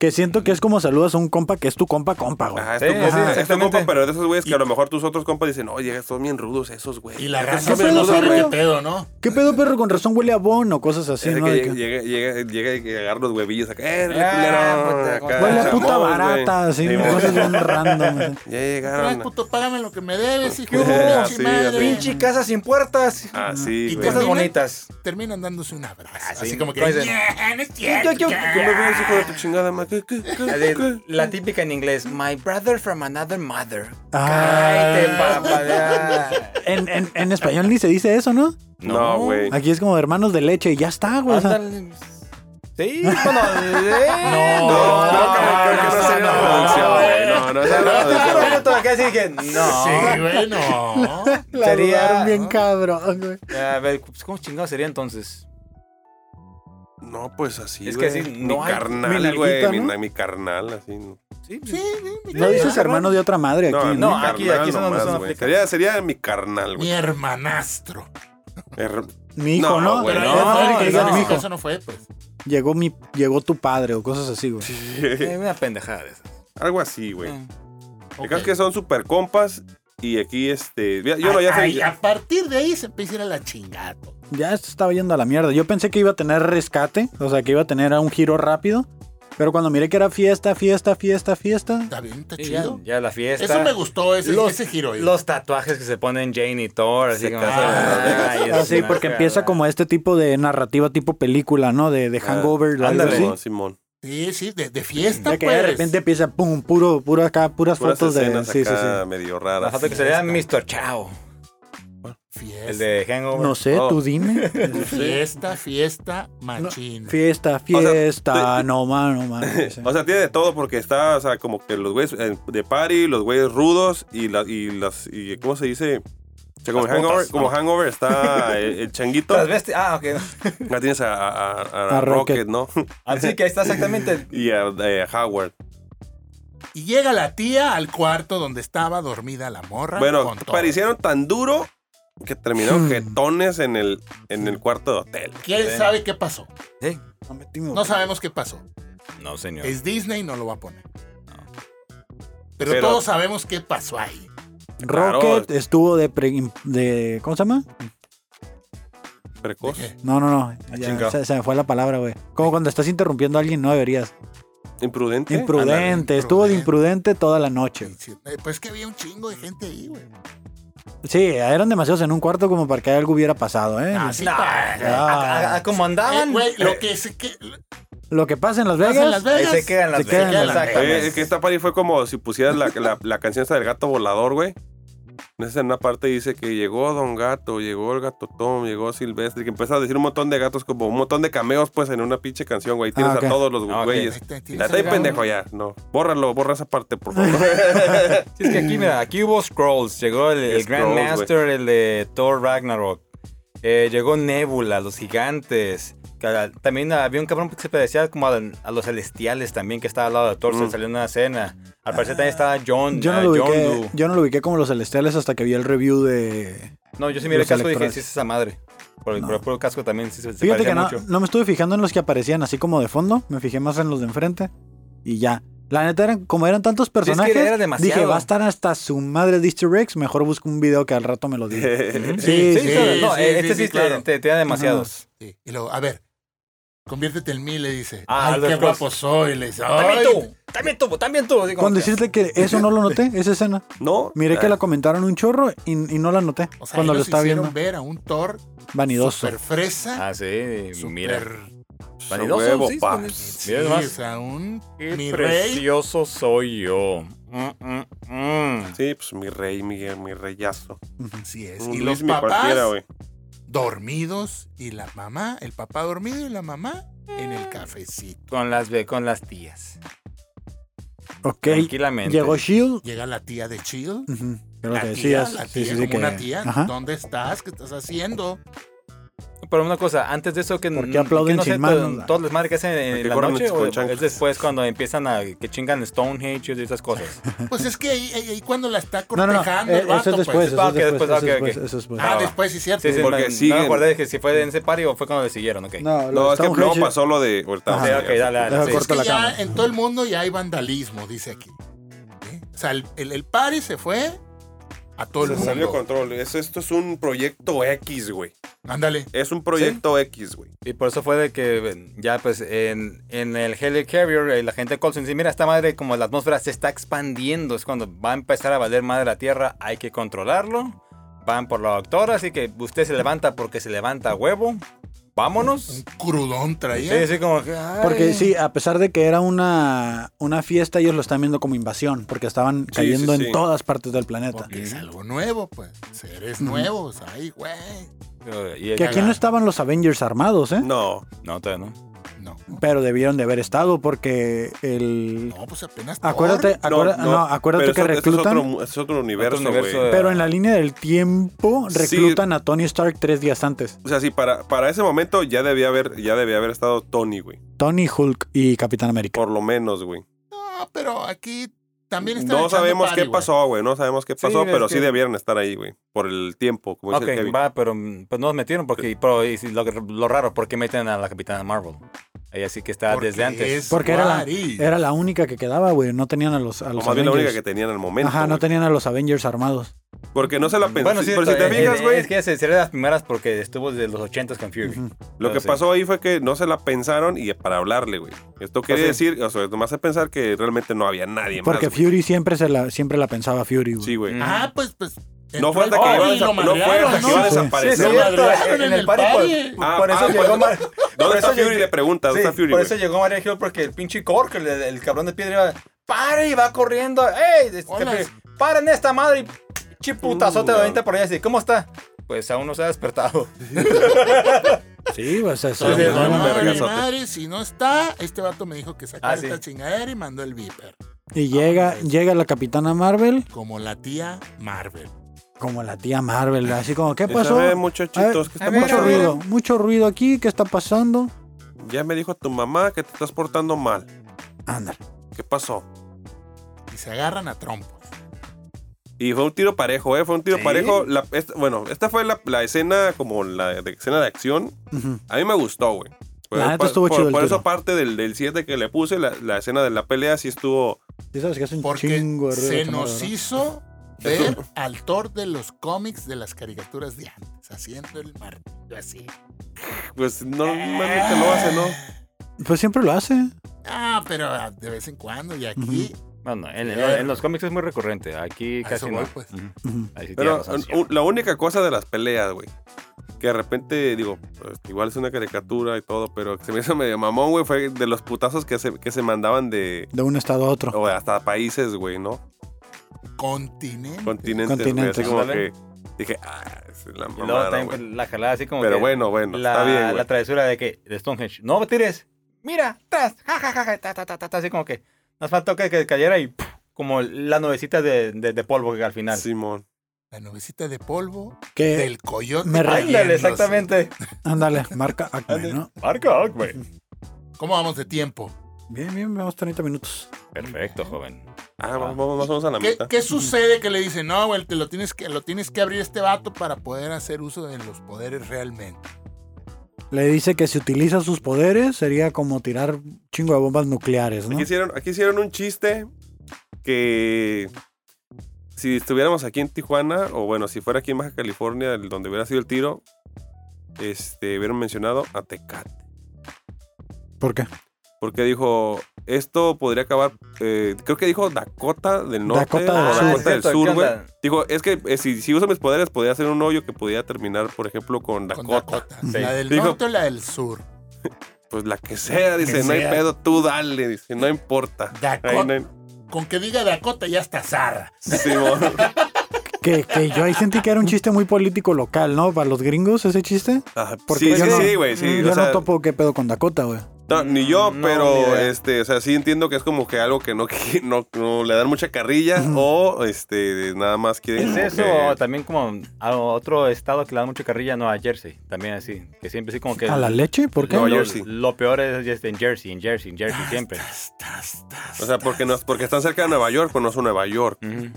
Que siento que es como saludas a un compa que es tu compa, compa, güey.
Ajá, es,
Sí,
tu compa,
sí,
es tu
exactamente.
compa, pero de esos güeyes que
Y-
a lo mejor tus otros compas dicen, oye, son bien rudos esos, güey.
y la
Estos
raza
son bien
no
rudos,
sabe
güey.
qué pedo, ¿no?
¿Qué pedo, perro? Con razón huele a bono, cosas así,
Es de
¿no?
que
De
llega,
que-
llega, llega, llega y que agarra los huevillos acá. ¡Eh,
Ah,
culero!
puta,
Acá,
como-
Huele a
chamón,
puta
güey.
barata, así,
Sí,
¿no?
güey.
cosas bien random. así.
Ya
Ay,
llegaron.
Ah, puto, págame lo que me debes, hijo
¿Qué
de
hubo?
pinche
Así, así.
madre.
Pinche casa sin puertas.
Así,
Y
güey.
Casas
termina-
bonitas.
Terminan dándose un abrazo.
Así,
Así, como que.
entonces-
"Ña, no es
Yo- yo-
cierto,
¿Cómo
ya".
ves, hijo de tu chingada, ma? ¿Qué, qué, qué,
Así,
qué?
la típica en inglés. My brother from another mother.
Ah,
Ay, te papá. ya.
en, en- en español ni se dice eso, ¿no?
No, güey.
Aquí es como hermanos de leche y ya está, güey. o sea.
Ándale. Sí, bueno. eh,
No,
No, no, cabrón, creo que
no,
no sería la
no.
producción, güey. No, no sería la
Pero este
producción.
rollo todavía así que no.
Sí, güey, no.
La
Sería-
dudaron bien cabrón, güey.
A ver, pues, ¿cómo chingado sería entonces?
No, pues así.
Es
güey.
que así
mi
no hay-
mi
carnal,
nalguita,
güey. Mi,
¿no?
na- mi carnal, así. No,
Sí,
Sí, sí, mi,
No dices
cabrón.
hermano de otra madre aquí,
no,
¿no?
mi
aquí-
carnal
aquí son donde
nomás,
son
güey.
aplica-
Sería, sería mi carnal,
mi
güey.
hermanastro.
Er-
Mi
No,
hijo, ¿no?
güey,
Pero
no,
ahí no, fue,
que
en
digan,
ese
mi hijo.
caso no fue, pues.
Llegó mi, llegó tu padre o cosas así, güey.
Eh, una pendejada de esas.
Algo así, güey.
Ah,
Eh.
El caso es que son super compas y aquí este. ya- Yo no, ya
Ay,
sé.
A partir de ahí se empieza a ir a la chingada.
Ya esto estaba yendo a la mierda. Yo pensé que iba a tener rescate, o sea, que iba a tener un giro rápido. Pero cuando miré que era fiesta, fiesta, fiesta, fiesta.
Está bien, está
Sí, ya,
chido.
ya la fiesta.
Eso me gustó, ese,
Los-
ese giro. ahí.
Los tatuajes que se ponen Jane y Thor, así
Se
como.
casan.
Ah, y es
Así,
una
porque empieza
cagada.
como este tipo de narrativa, tipo película, ¿no? De, de Ah, hangover, algo
Ah, Ándale,
así.
Simón, Simón.
Sí, sí, de, de fiesta,
Ya que de
pues.
repente empieza, pum, puro, puro acá, puras,
Puras
fotos de.
escenas
Sí, sí,
acá
sí.
medio
La
raras.
foto que sería Mr. Chao,
Fiesta,
el de Hangover.
No sé,
Oh.
tú dime.
*laughs*
fiesta, fiesta, machín.
sea,
Fiesta, fiesta, no más, no
*laughs*
más.
O sea, tiene de todo porque está, o sea, como que los güeyes eh, de party, los güeyes rudos y, la- y las. Y, ¿Cómo se dice? O sea, como,
Las
hangover,
putas,
como
¿no? *laughs*
hangover está el, el changuito.
Transvesti- Ah, ok.
Ya tienes a, a- a- a
A
Rocket,
Rocket.
¿no? *laughs*
Así que ahí está exactamente.
y a eh, Howard.
Y llega la tía al cuarto donde estaba dormida la morra.
Bueno,
con todo.
parecieron tan duro que terminaron
Hmm.
jetones en el, en el cuarto de hotel.
¿Quién sabe qué pasó?
Sí.
No sabemos qué pasó.
No, señor.
Es Disney, no lo va a poner. Pero,
Pero-
todos sabemos qué pasó ahí.
Rocket
Claro.
estuvo de, pre- de. ¿Cómo se llama?
Precoz.
Eh,
No, no, no. Ya,
Ah, chinga.
se, se me fue la palabra, güey. Como cuando estás interrumpiendo a alguien, no deberías.
Imprudente.
Imprudente.
Ándale,
Estuvo de imprudente toda la noche.
Sí, sí. Eh, Pues es que había un chingo de gente ahí, güey.
Sí, eran demasiados en un cuarto como para que algo hubiera pasado, ¿eh?
Ah, sí,
No,
pa-
a- a- a- como
Eh,
andaban.
güey, lo que se que
Lo que pasa en Las Vegas.
pasa en Las
ahí
Vegas.
se quedan las
Se quedan
velas,
las velas.
Eh,
Exactamente.
es que esta party fue como si pusieras la, la- la canción esta del gato volador, güey. Entonces en una parte dice que llegó Don Gato, llegó el Gato Tom, llegó Silvestre, que empieza a decir un montón de gatos como un montón de cameos pues en una pinche canción, güey. Tienes
ok.
a todos los
Ah, ok.
güeyes.
Ahí te-
Ya estoy
te-
pendejo ya, no. Bórralo, borra esa parte, por favor.
*laughs*
Sí, es que aquí, mira, aquí hubo Scrolls, llegó el, el
Skrulls,
Grandmaster, el de Thor Ragnarok, eh, llegó Nebula, los gigantes, Ca- también había un cabrón que se parecía como a, a los celestiales también, que estaba al lado de Thor, se
Mm.
salió en una escena. Al parecer también estaba John,
Yo no,
eh,
lo
John
ubiqué,
Doe.
yo no lo ubiqué como los celestiales hasta que vi el review de...
No, yo sí miré el
Los
casco y dije,
electrales.
sí es esa madre. Por el,
No.
por el puro casco también sí se, se
Fíjate
parecía
que no,
mucho.
no me estuve fijando en los que aparecían así como de fondo, me fijé más en los de enfrente y ya. La neta, eran, como eran tantos
que
personajes,
era demasiado.
dije, va a estar hasta su madre de Easter eggs, mejor busco un video que al rato me lo diga.
Ujú. *laughs*
*laughs* Sí,
Sí,
sí,
sí, no,
sí,
eh, este
sí,
sí,
sí, claro.
te, te- te da demasiados.
Sí, Y luego, a ver, conviértete en mí, le dice.
Ah,
Ay, qué
después-
guapo soy, le dice.
También
"Ay".
tú, también tú, también tú. así como
Cuando
que-
hiciste que eso no lo noté, esa escena.
no.
Miré que
Ah,
la comentaron un chorro y, y no la noté.
O sea,
cuando lo
ellos
estaba
hicieron
viendo.
ver a un Thor
Vanidoso.
super fresa.
Ah, sí, mira.
super-
Vanidoso,
huevo,
sí,
pa.
también.
Sí,
Mira
o
nomás.
sea, un
Qué
mi rey.
precioso soy yo. Mm, mm, mm.
Sí, pues mi rey, mi, mi reyazo.
Así es.
Un
Y los
Luismi cualquiera,
papás
güey.
dormidos y la mamá, el papá dormido y la mamá en el cafecito.
Con las ve con las tías.
Ok.
Tranquilamente.
Llegó Shield.
Llega la tía de Chill.
Ujú, que lo
La
que
tía,
decías.
la tía,
Sí, sí, sí,
como
que-
una tía.
Ajá.
¿Dónde estás? ¿Qué estás
*laughs*
haciendo?
Pero una cosa, antes de eso que
¿Por qué
que
aplauden
no sé,
sin manos?
to- todas las madres que hacen
Porque
en la
corren
noche
con
o
chanclas.
es después cuando empiezan a que chingan Stonehenge y esas cosas.
Pues es que ahí, ahí- ahí cuando la está
No, no, no.
cortejando
eh,
el vato,
eso es
pues.
Ah,
después. Eso
ok,
es después.
después, ah,
Eso es
ok,
después.
ok.
eso es después.
Ah,
Ah,
después sí, cierto.
Sí, sí,
Porque
no- no,
siguen.
me acordé de que si fue en ese party o fue cuando le siguieron, ok.
No,
No,
lo
es que
estamos
luego
mencionando.
pasó lo de.
Sí,
Ahorita vamos a
ok,
llegar.
dale, dale,
Deja
sí.
corto.
Es que
la
ya
cámara.
en todo el mundo ya hay vandalismo, dice aquí. ¿Eh? O sea, el, el, el party se fue a todo el
Se salió de
mundo.
control. Es- esto es un proyecto X, güey.
Ándale.
Es un proyecto X, güey.
Y por eso fue de que eh, ya pues en, en el Heli Carrier eh, la gente de Colson dice, mira, esta madre como la atmósfera se está expandiendo, es cuando va a empezar a valer madre la Tierra, hay que controlarlo. Van por la doctora, así que usted se levanta porque se levanta a huevo.
Un
Vámonos.
crudón traía.
Sí, sí, como que, ay.
Porque sí, a pesar de que era una, una fiesta, ellos lo están viendo como invasión, porque estaban cayendo
sí,
en
sí.
todas partes del planeta.
Porque es algo nuevo, pues. Seres nuevos, ay, güey.
Eh, y
Que
ella-
aquí no estaban los Avengers armados, ¿eh?
No.
No, todavía no.
No,
Pero debieron de haber estado porque el...
no, pues apenas. Thor.
Acuérdate, acuérdate, no, acuérdate
pero
que
eso- esto
reclutan...
Es otro, es otro universo,
Otro
güey.
universo de-
Pero en la línea del tiempo
Sí.
reclutan a Tony Stark tres días antes.
O sea, sí, para, para ese momento ya debía haber, ya debía haber estado Tony, güey.
Tony, Hulk y Capitán América.
Por lo menos, güey.
No, pero aquí también está.
No sabemos qué pasó, güey. No sabemos qué
Sí,
pasó,
es
pero
que-
sí debieron estar ahí, güey. Por el tiempo, como dice
Ok,
el Kevin.
va, pero mm, pues no nos metieron porque pero, y si lo, lo raro, ¿por qué meten a la Capitana Marvel? Ella sí que está desde antes.
Porque era la, era la única que quedaba, güey. No tenían a los, a
O
los
más bien la única
Avengers.
que tenían al momento.
Ajá, no
güey.
tenían a los Avengers armados.
Porque no se la pensó.
Bueno, sí,
pero si te
eh,
fijas,
eh,
güey,
Es que se sería de las primeras porque estuvo desde los 80 con Fury.
Ujú.
lo que
sí.
pasó ahí fue que no se la pensaron y para hablarle, güey. Esto quiere
sí.
decir, o sea, nomás es pensar que realmente no había nadie
Ah, Porque
más. güey.
Fury siempre, se la, siempre la pensaba Fury, güey.
Sí, güey.
Mm.
Ah, pues, pues.
No fue
entró
hasta que
el
iba a,
Thor y lo
desa- no fue hasta
madrearon,
que iba a
Sí, sí.
Sí, es
desaparecer.
Lo
cierto,
madrearon
en, el party.
party.
Por,
Ah,
por eso
ah,
llegó
pues,
Mar- por
¿Dónde está
eso
Fury?
llegó-
Le pregunta, ¿dónde
Sí,
está Fury,
Por
güey?
eso llegó Maria Hill porque el pinche Cork, el, el cabrón de piedra, iba. ¡Para! Y va corriendo. ¡Ey! Este,
Hola.
¡Para en esta madre! y Chiputazote
Uh,
de
güey.
20 por allá así. ¿Cómo está? Pues aún no se ha despertado. *laughs*
Sí, güey, o sea, se
Entonces,
Entonces,
la
no,
mandaron.
no,
madre,
vergazote.
madre, si no está, este vato me dijo que sacara
Ah, sí.
esta chingadera y mandó el viper.
Y llega, llega la Capitana Marvel
Como la tía Marvel.
como la tía Marvel, güey, así como, ¿qué
Ya
pasó?
saben,
A ver,
muchachitos, ¿qué está
a ver,
Mucho
a
pasando?
ver.
ruido, mucho ruido aquí, ¿qué está pasando?
Ya me dijo tu mamá que te estás portando mal.
Ándale.
¿Qué pasó?
Y se agarran a trompos.
Y fue un tiro parejo, ¿eh? Fue un tiro
Sí.
parejo. La- esta- bueno, esta fue la, la escena como la de- escena de acción.
Ujú.
A mí me gustó, güey. Por-
neta
por-
estuvo
por,
chido el
Por eso
tiro.
parte del, del 7 que le puse, la, la escena de la pelea sí estuvo...
Sí sabes que es un
Porque
chingo de ruido de
se
chamorro,
nos
¿verdad? *laughs*
hizo ver al Thor de los cómics de las caricaturas de antes, haciendo el martillo así.
Pues
Ah.
normalmente lo hace, ¿no?
Pues siempre lo hace.
Ah, pero ah, de vez en cuando y aquí.
Bueno, en, en-
Claro.
en los cómics es muy recurrente. Aquí
A
casi
eso
no.
voy, pues.
Ujú.
Ujú.
Ahí sí tiene
Pero
razón.
un- la única cosa de las peleas, güey. Que de repente, digo, pues, igual es una caricatura y todo, pero que se me hizo medio mamón, güey, fue de los putazos que se, que se mandaban de...
De un estado a otro.
O hasta países, güey, ¿no?
Continente.
Continente. güey,
Continente.
Así como
Ándale.
que dije, ah, es la
Y luego
mamada,
también
güey.
pues, la jalada así como
Pero
que
bueno, bueno, está bien,
la,
güey.
la travesura de que de Stonehenge. No tires. Mira, tras, ja, ja, ja, ja, ta, ta, ta, ta, ta, así como que nos faltó que, que cayera y ¡puf! como la nubecita de, de- de polvo que al final.
Simón.
La nubecita de polvo
Que,
del coyote.
Eh, me
cayéndose.
Ándale,
*laughs*
exactamente.
ándale, marca Acme, ¿no?
Marca, güey.
¿Cómo vamos de tiempo?
Bien, bien, vamos 30 minutos.
Perfecto, joven.
Ah, vamos, vamos, vamos a la
¿Qué,
mitad.
qué sucede que le dicen, no, güey, te lo tienes que, lo tienes que abrir este vato para poder hacer uso de los poderes realmente?
Le dice que si utiliza sus poderes sería como tirar un chingo de bombas nucleares, ¿no?
Aquí hicieron, aquí hicieron un chiste que si estuviéramos aquí en Tijuana, o bueno, si fuera aquí en Baja California, el- donde hubiera sido el tiro, este, hubieran mencionado a Tecate.
¿Por qué?
Porque dijo, esto podría acabar, eh, creo que dijo Dakota del Norte
Dakota del
o
Sur.
Dakota
Ah, sí,
del
cierto, ¿qué
Sur, güey.
onda?
Dijo, es que eh, si, si uso mis poderes, podría hacer un hoyo que podía terminar, por ejemplo, con Dakota.
Con Dakota.
Sí.
La del
Digo-
norte o la del sur.
Pues la que sea, dice, no hay
sea.
pedo, tú dale, dice, no importa. Ahí no
Dakota.
hay-
Con que diga Dakota ya está Sara.
Simón.
Que, que yo ahí sentí que era un chiste muy político local, ¿no? Para los gringos ese chiste.
Ajá,
Porque
sí,
yo
sí,
no-
sí, güey, sí.
Yo
o sea,
no topo qué pedo con Dakota, güey.
no, ni yo,
No, ni
pero
idea.
este, o sea, sí entiendo que es como que algo que no, *laughs* que no, no le dan mucha carrilla o este, nada más quieren.
¿Es
como
eso
que-
o también como a otro estado que le da mucho carrilla? No, a Jersey. También así. Que siempre así como que...
¿A la leche? ¿Por qué? Ah,
lo,
No,
lo-
Jersey.
lo peor es este, en Jersey, en Jersey, en Jersey, siempre.
O sea, porque, no, porque están cerca de Nueva York, conozco Nueva York.
Ujú.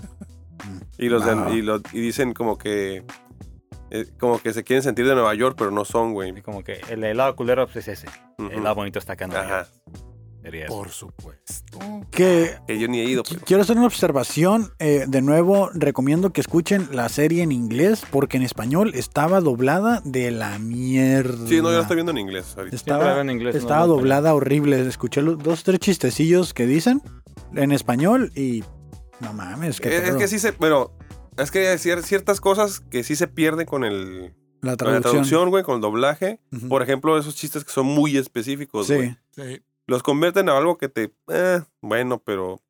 Y, los de-
Ah.
y, lo- y dicen como que. eh, como que se quieren sentir de Nueva York, pero no son, güey.
Y como que el helado culero pues, es ese.
Ujú.
El lado bonito está acá en Nueva
Ajá.
York. Sería eso.
Por supuesto.
Que
Que yo ni he ido,
Qui-
pero.
Quiero hacer una observación. eh, de nuevo, recomiendo que escuchen la serie en inglés porque en español estaba doblada de la mierda.
Sí, no, yo lo estoy viendo en inglés ahorita.
Siempre la
Estaba,
veo en inglés, Pues no
estaba
en español.
doblada horrible. Escuché los dos, tres chistecillos que dicen en español y no mames. qué
Eh, Es, es
pedo.
que sí se. Bueno, es que hay cier- ciertas cosas que sí se pierden con el.
la
con la
traducción.
traducción, güey, con el doblaje.
Ujú.
Por ejemplo, esos chistes que son muy específicos,
sí.
güey.
Sí.
Los convierten a algo que te. eh, bueno, pero.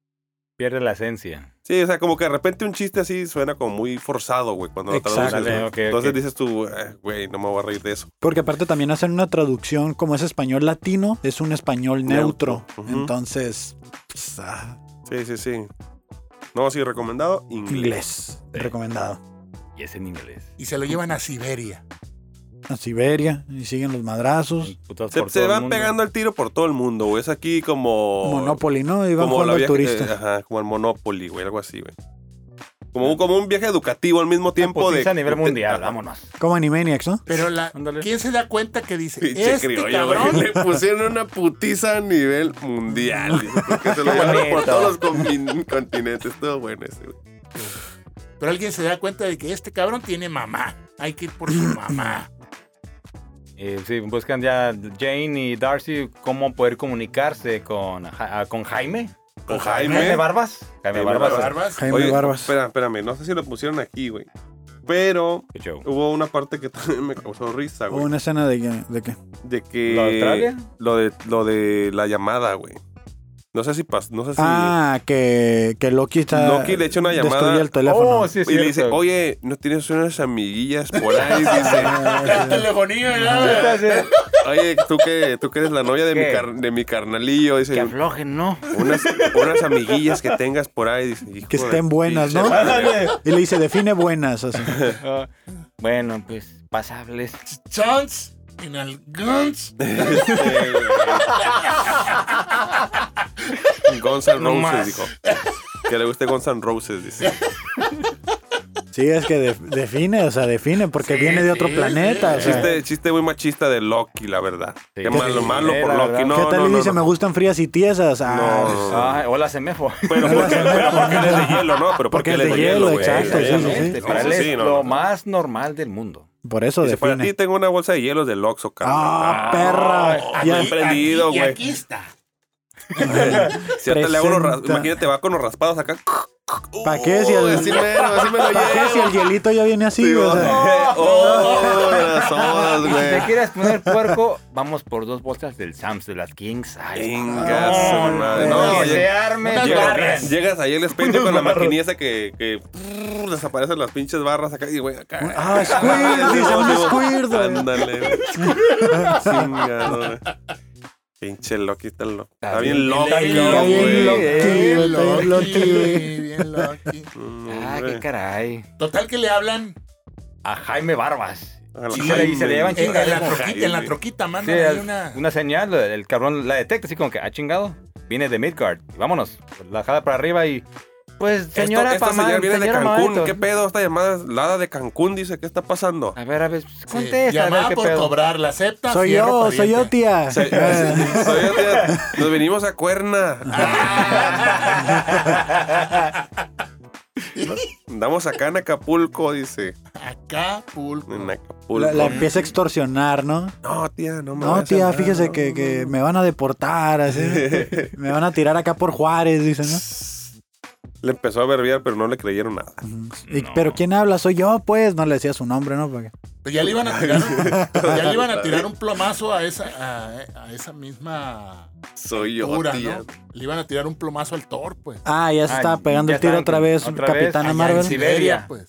Pierde la esencia.
Sí, o sea, como que de repente un chiste así suena como muy forzado, güey, cuando lo
Exacto.
traduces.
Dale,
güey.
ok, ok.
Entonces dices tú, eh, güey, no me voy a reír de eso.
Porque aparte también hacen una traducción como es español latino, es un español neutro.
Neutro, ujú.
Entonces, pues, ah,
Sí, sí, sí. No, sí, recomendado inglés.
inglés. Recomendado.
Y es en inglés.
Y se lo llevan a Siberia.
A Siberia y siguen los madrazos.
Putados
Pues, Se,
por
se
todo el
van
mundo.
pegando el tiro por todo el mundo, güey. Es aquí como.
Monopoly, ¿no? Iban
como
jugando
la
al
viaje-
turista.
eh, ajá, como el Monopoly, güey, algo así, güey. Como, un- como un viaje educativo al
Ah,
mismo tiempo de.
Putiza Pues a nivel
de-
mundial,
ajá.
vámonos.
Como Animaniacs, ¿no?
Pero la,
Ándale.
¿quién se da cuenta que dice?
Pinche
este
criollo, güey.
cabrón.
*laughs* Le pusieron una putiza a nivel mundial. dice, Porque se lo llevaron por
bonito.
todos los comin- continentes. Todo bueno ese, güey.
Pero alguien se da cuenta de que este cabrón tiene mamá. Hay que ir por su mamá.
Eh, sí, buscan ya Jane y Darcy cómo poder comunicarse con, Ja- ah, con Jaime.
Con
Jaime
Jaime.
Barbas. Jaime
Jaime
Barbas.
*laughs* Barbas. *laughs*
Barbas.
Jaime
Oye,
Barbas.
Espera, espérame, no sé si lo pusieron aquí, güey. Pero
Qué show.
hubo una parte que *laughs* también me causó risa,
Hubo
güey.
una escena de, que- de que.
De que.
¿Lo de Australia?
Lo de, lo de la llamada, güey. No sé si pas, no sé si.
Ah, que, que Loki está.
Loki le echa una llamada.
Destruye el teléfono.
Oh, sí, es
y le dice,
cierto.
oye, ¿no tienes unas amiguillas por ahí?
*laughs*
Dice,
La telefonía,
Ah,
¿verdad?
*laughs*
Entonces,
oye, tú que, tú que eres la novia de mi,
¿Qué?
car- de mi carnalillo.
que
Dice,
aflojen,
*laughs*
¿no?
unas, unas amiguillas que tengas por ahí. Dice, "Hijo
Que
de
estén buenas,
pinche
¿no?
madre".
Y le dice, define buenas. así.
Ah, bueno, pues pasables.
Chance en el Guns.
Este, güey. Guns N'
No
Roses,
más.
dijo. Que le guste Guns N' Roses, dice.
Sí, es que de- define, o sea, define, porque viene de otro
sí,
planeta.
sí.
o sea.
Chiste, chiste muy machista de Loki, la verdad.
Sí.
Qué malo,
Sí,
malo por
la
Loki.
verdad.
No,
¿Qué tal
no,
le
no,
dice,
no.
me gustan frías y tiesas? Ah,
No.
Ah, hola, Semefo.
*laughs* Pero
No, *laughs*
porque,
no,
pero
no,
porque él es de hielo, ¿no? Pero
Porque
porque, él
es de hielo,
güey.
exacto, sí, sí, sí.
Exactamente.
No,
Para él
sí,
es
sí, no,
lo
no.
más normal del mundo.
por eso
Dice, para ti
define.
tengo una bolsa de hielos del Oxxo, carnal.
Ah, perra.
ah,
Ya-
aprendido,
Y
güey.
aquí está.
Ah, Si ahorita le hago unos ras-
Presenta.
Imagínate, va con los raspados acá.
¿Pa' qué? Si
Oh,
el-
así mero, así me lo
¿Para qué si
llevo.
el hielito ya viene así?
Sí,
o
va. *laughs*
sea, *laughs*
Oh, las sodas,
Y si te
güey.
quieres poner puerco, vamos por dos bolsas del Sam's de las Kings. Ay,
Venga, su madre.
no,
No,
que se
lleg-
arme,
Unas
pero
barras.
bien.
llegas, llegas ahí al espejo con la
Barras.
maquinilla esa que, que prrr, desaparecen las pinches barras acá y güey acá. *laughs*
Ah, Squirt, dice un Squirt, güey.
Ándale. güey. Chingado, güey. Pinche Loki está loco. Está bien loco.
Está bien
Está bien
güey.
loco,
Eh,
güey, está bien
Loki,
loco, güey.
bien Loki.
Mm,
Ah, qué caray.
Total que le hablan
A Jaime Barbas.
carajo.
Sí, y se le llevan
en, en la
Jaime,
troquita, en la troquita,
Sí,
mandan ahí
al-
una...
una... señal, el cabrón la detecta así como que, ah, chingado, viene de Midgard. Vámonos, la jala para arriba y... Pues,
Esto-
señora
esta
Pamán,
señal viene de
señora
Cancún.
Maito.
¿Qué pedo? Esta llamada es lada de Cancún. Dice, ¿qué está pasando?
A ver, a ver,
sí,
contesta, a ver
llamada
qué
por
pedo.
cobrar, la acepta.
Soy
Fierro,
yo, soy yo,
pariente.
tía. *laughs*
Sí, sí, soy yo, tía. Nos venimos a Cuerna. Andamos acá en Acapulco, dice.
*laughs* Acapulco.
En
La,
Acapulco.
la empieza a extorsionar, ¿no?
No, tía, no me
No,
vayas a
tía,
andar,
fíjese
no,
que,
no,
que
no.
me van a deportar, así. *laughs* me van a tirar acá por Juárez, dicen, ¿no?
Le empezó a verbiar, pero no le creyeron nada.
Y, Pero ¿quién habla? Soy yo, pues. No le decía su nombre, ¿no? Porque-
Pues ya le iban a tirar un, ya le iban a tirar un plomazo a esa, a, a esa misma
Soy yo,
cura,
tía.
¿no? Le iban a tirar un plomazo al Thor, pues.
Ah, ya se
Ah,
estaba pegando
ya
el tiro
estaban
otra vez,
otra vez,
Capitana
allá
Marvel.
en Siberia.
pues.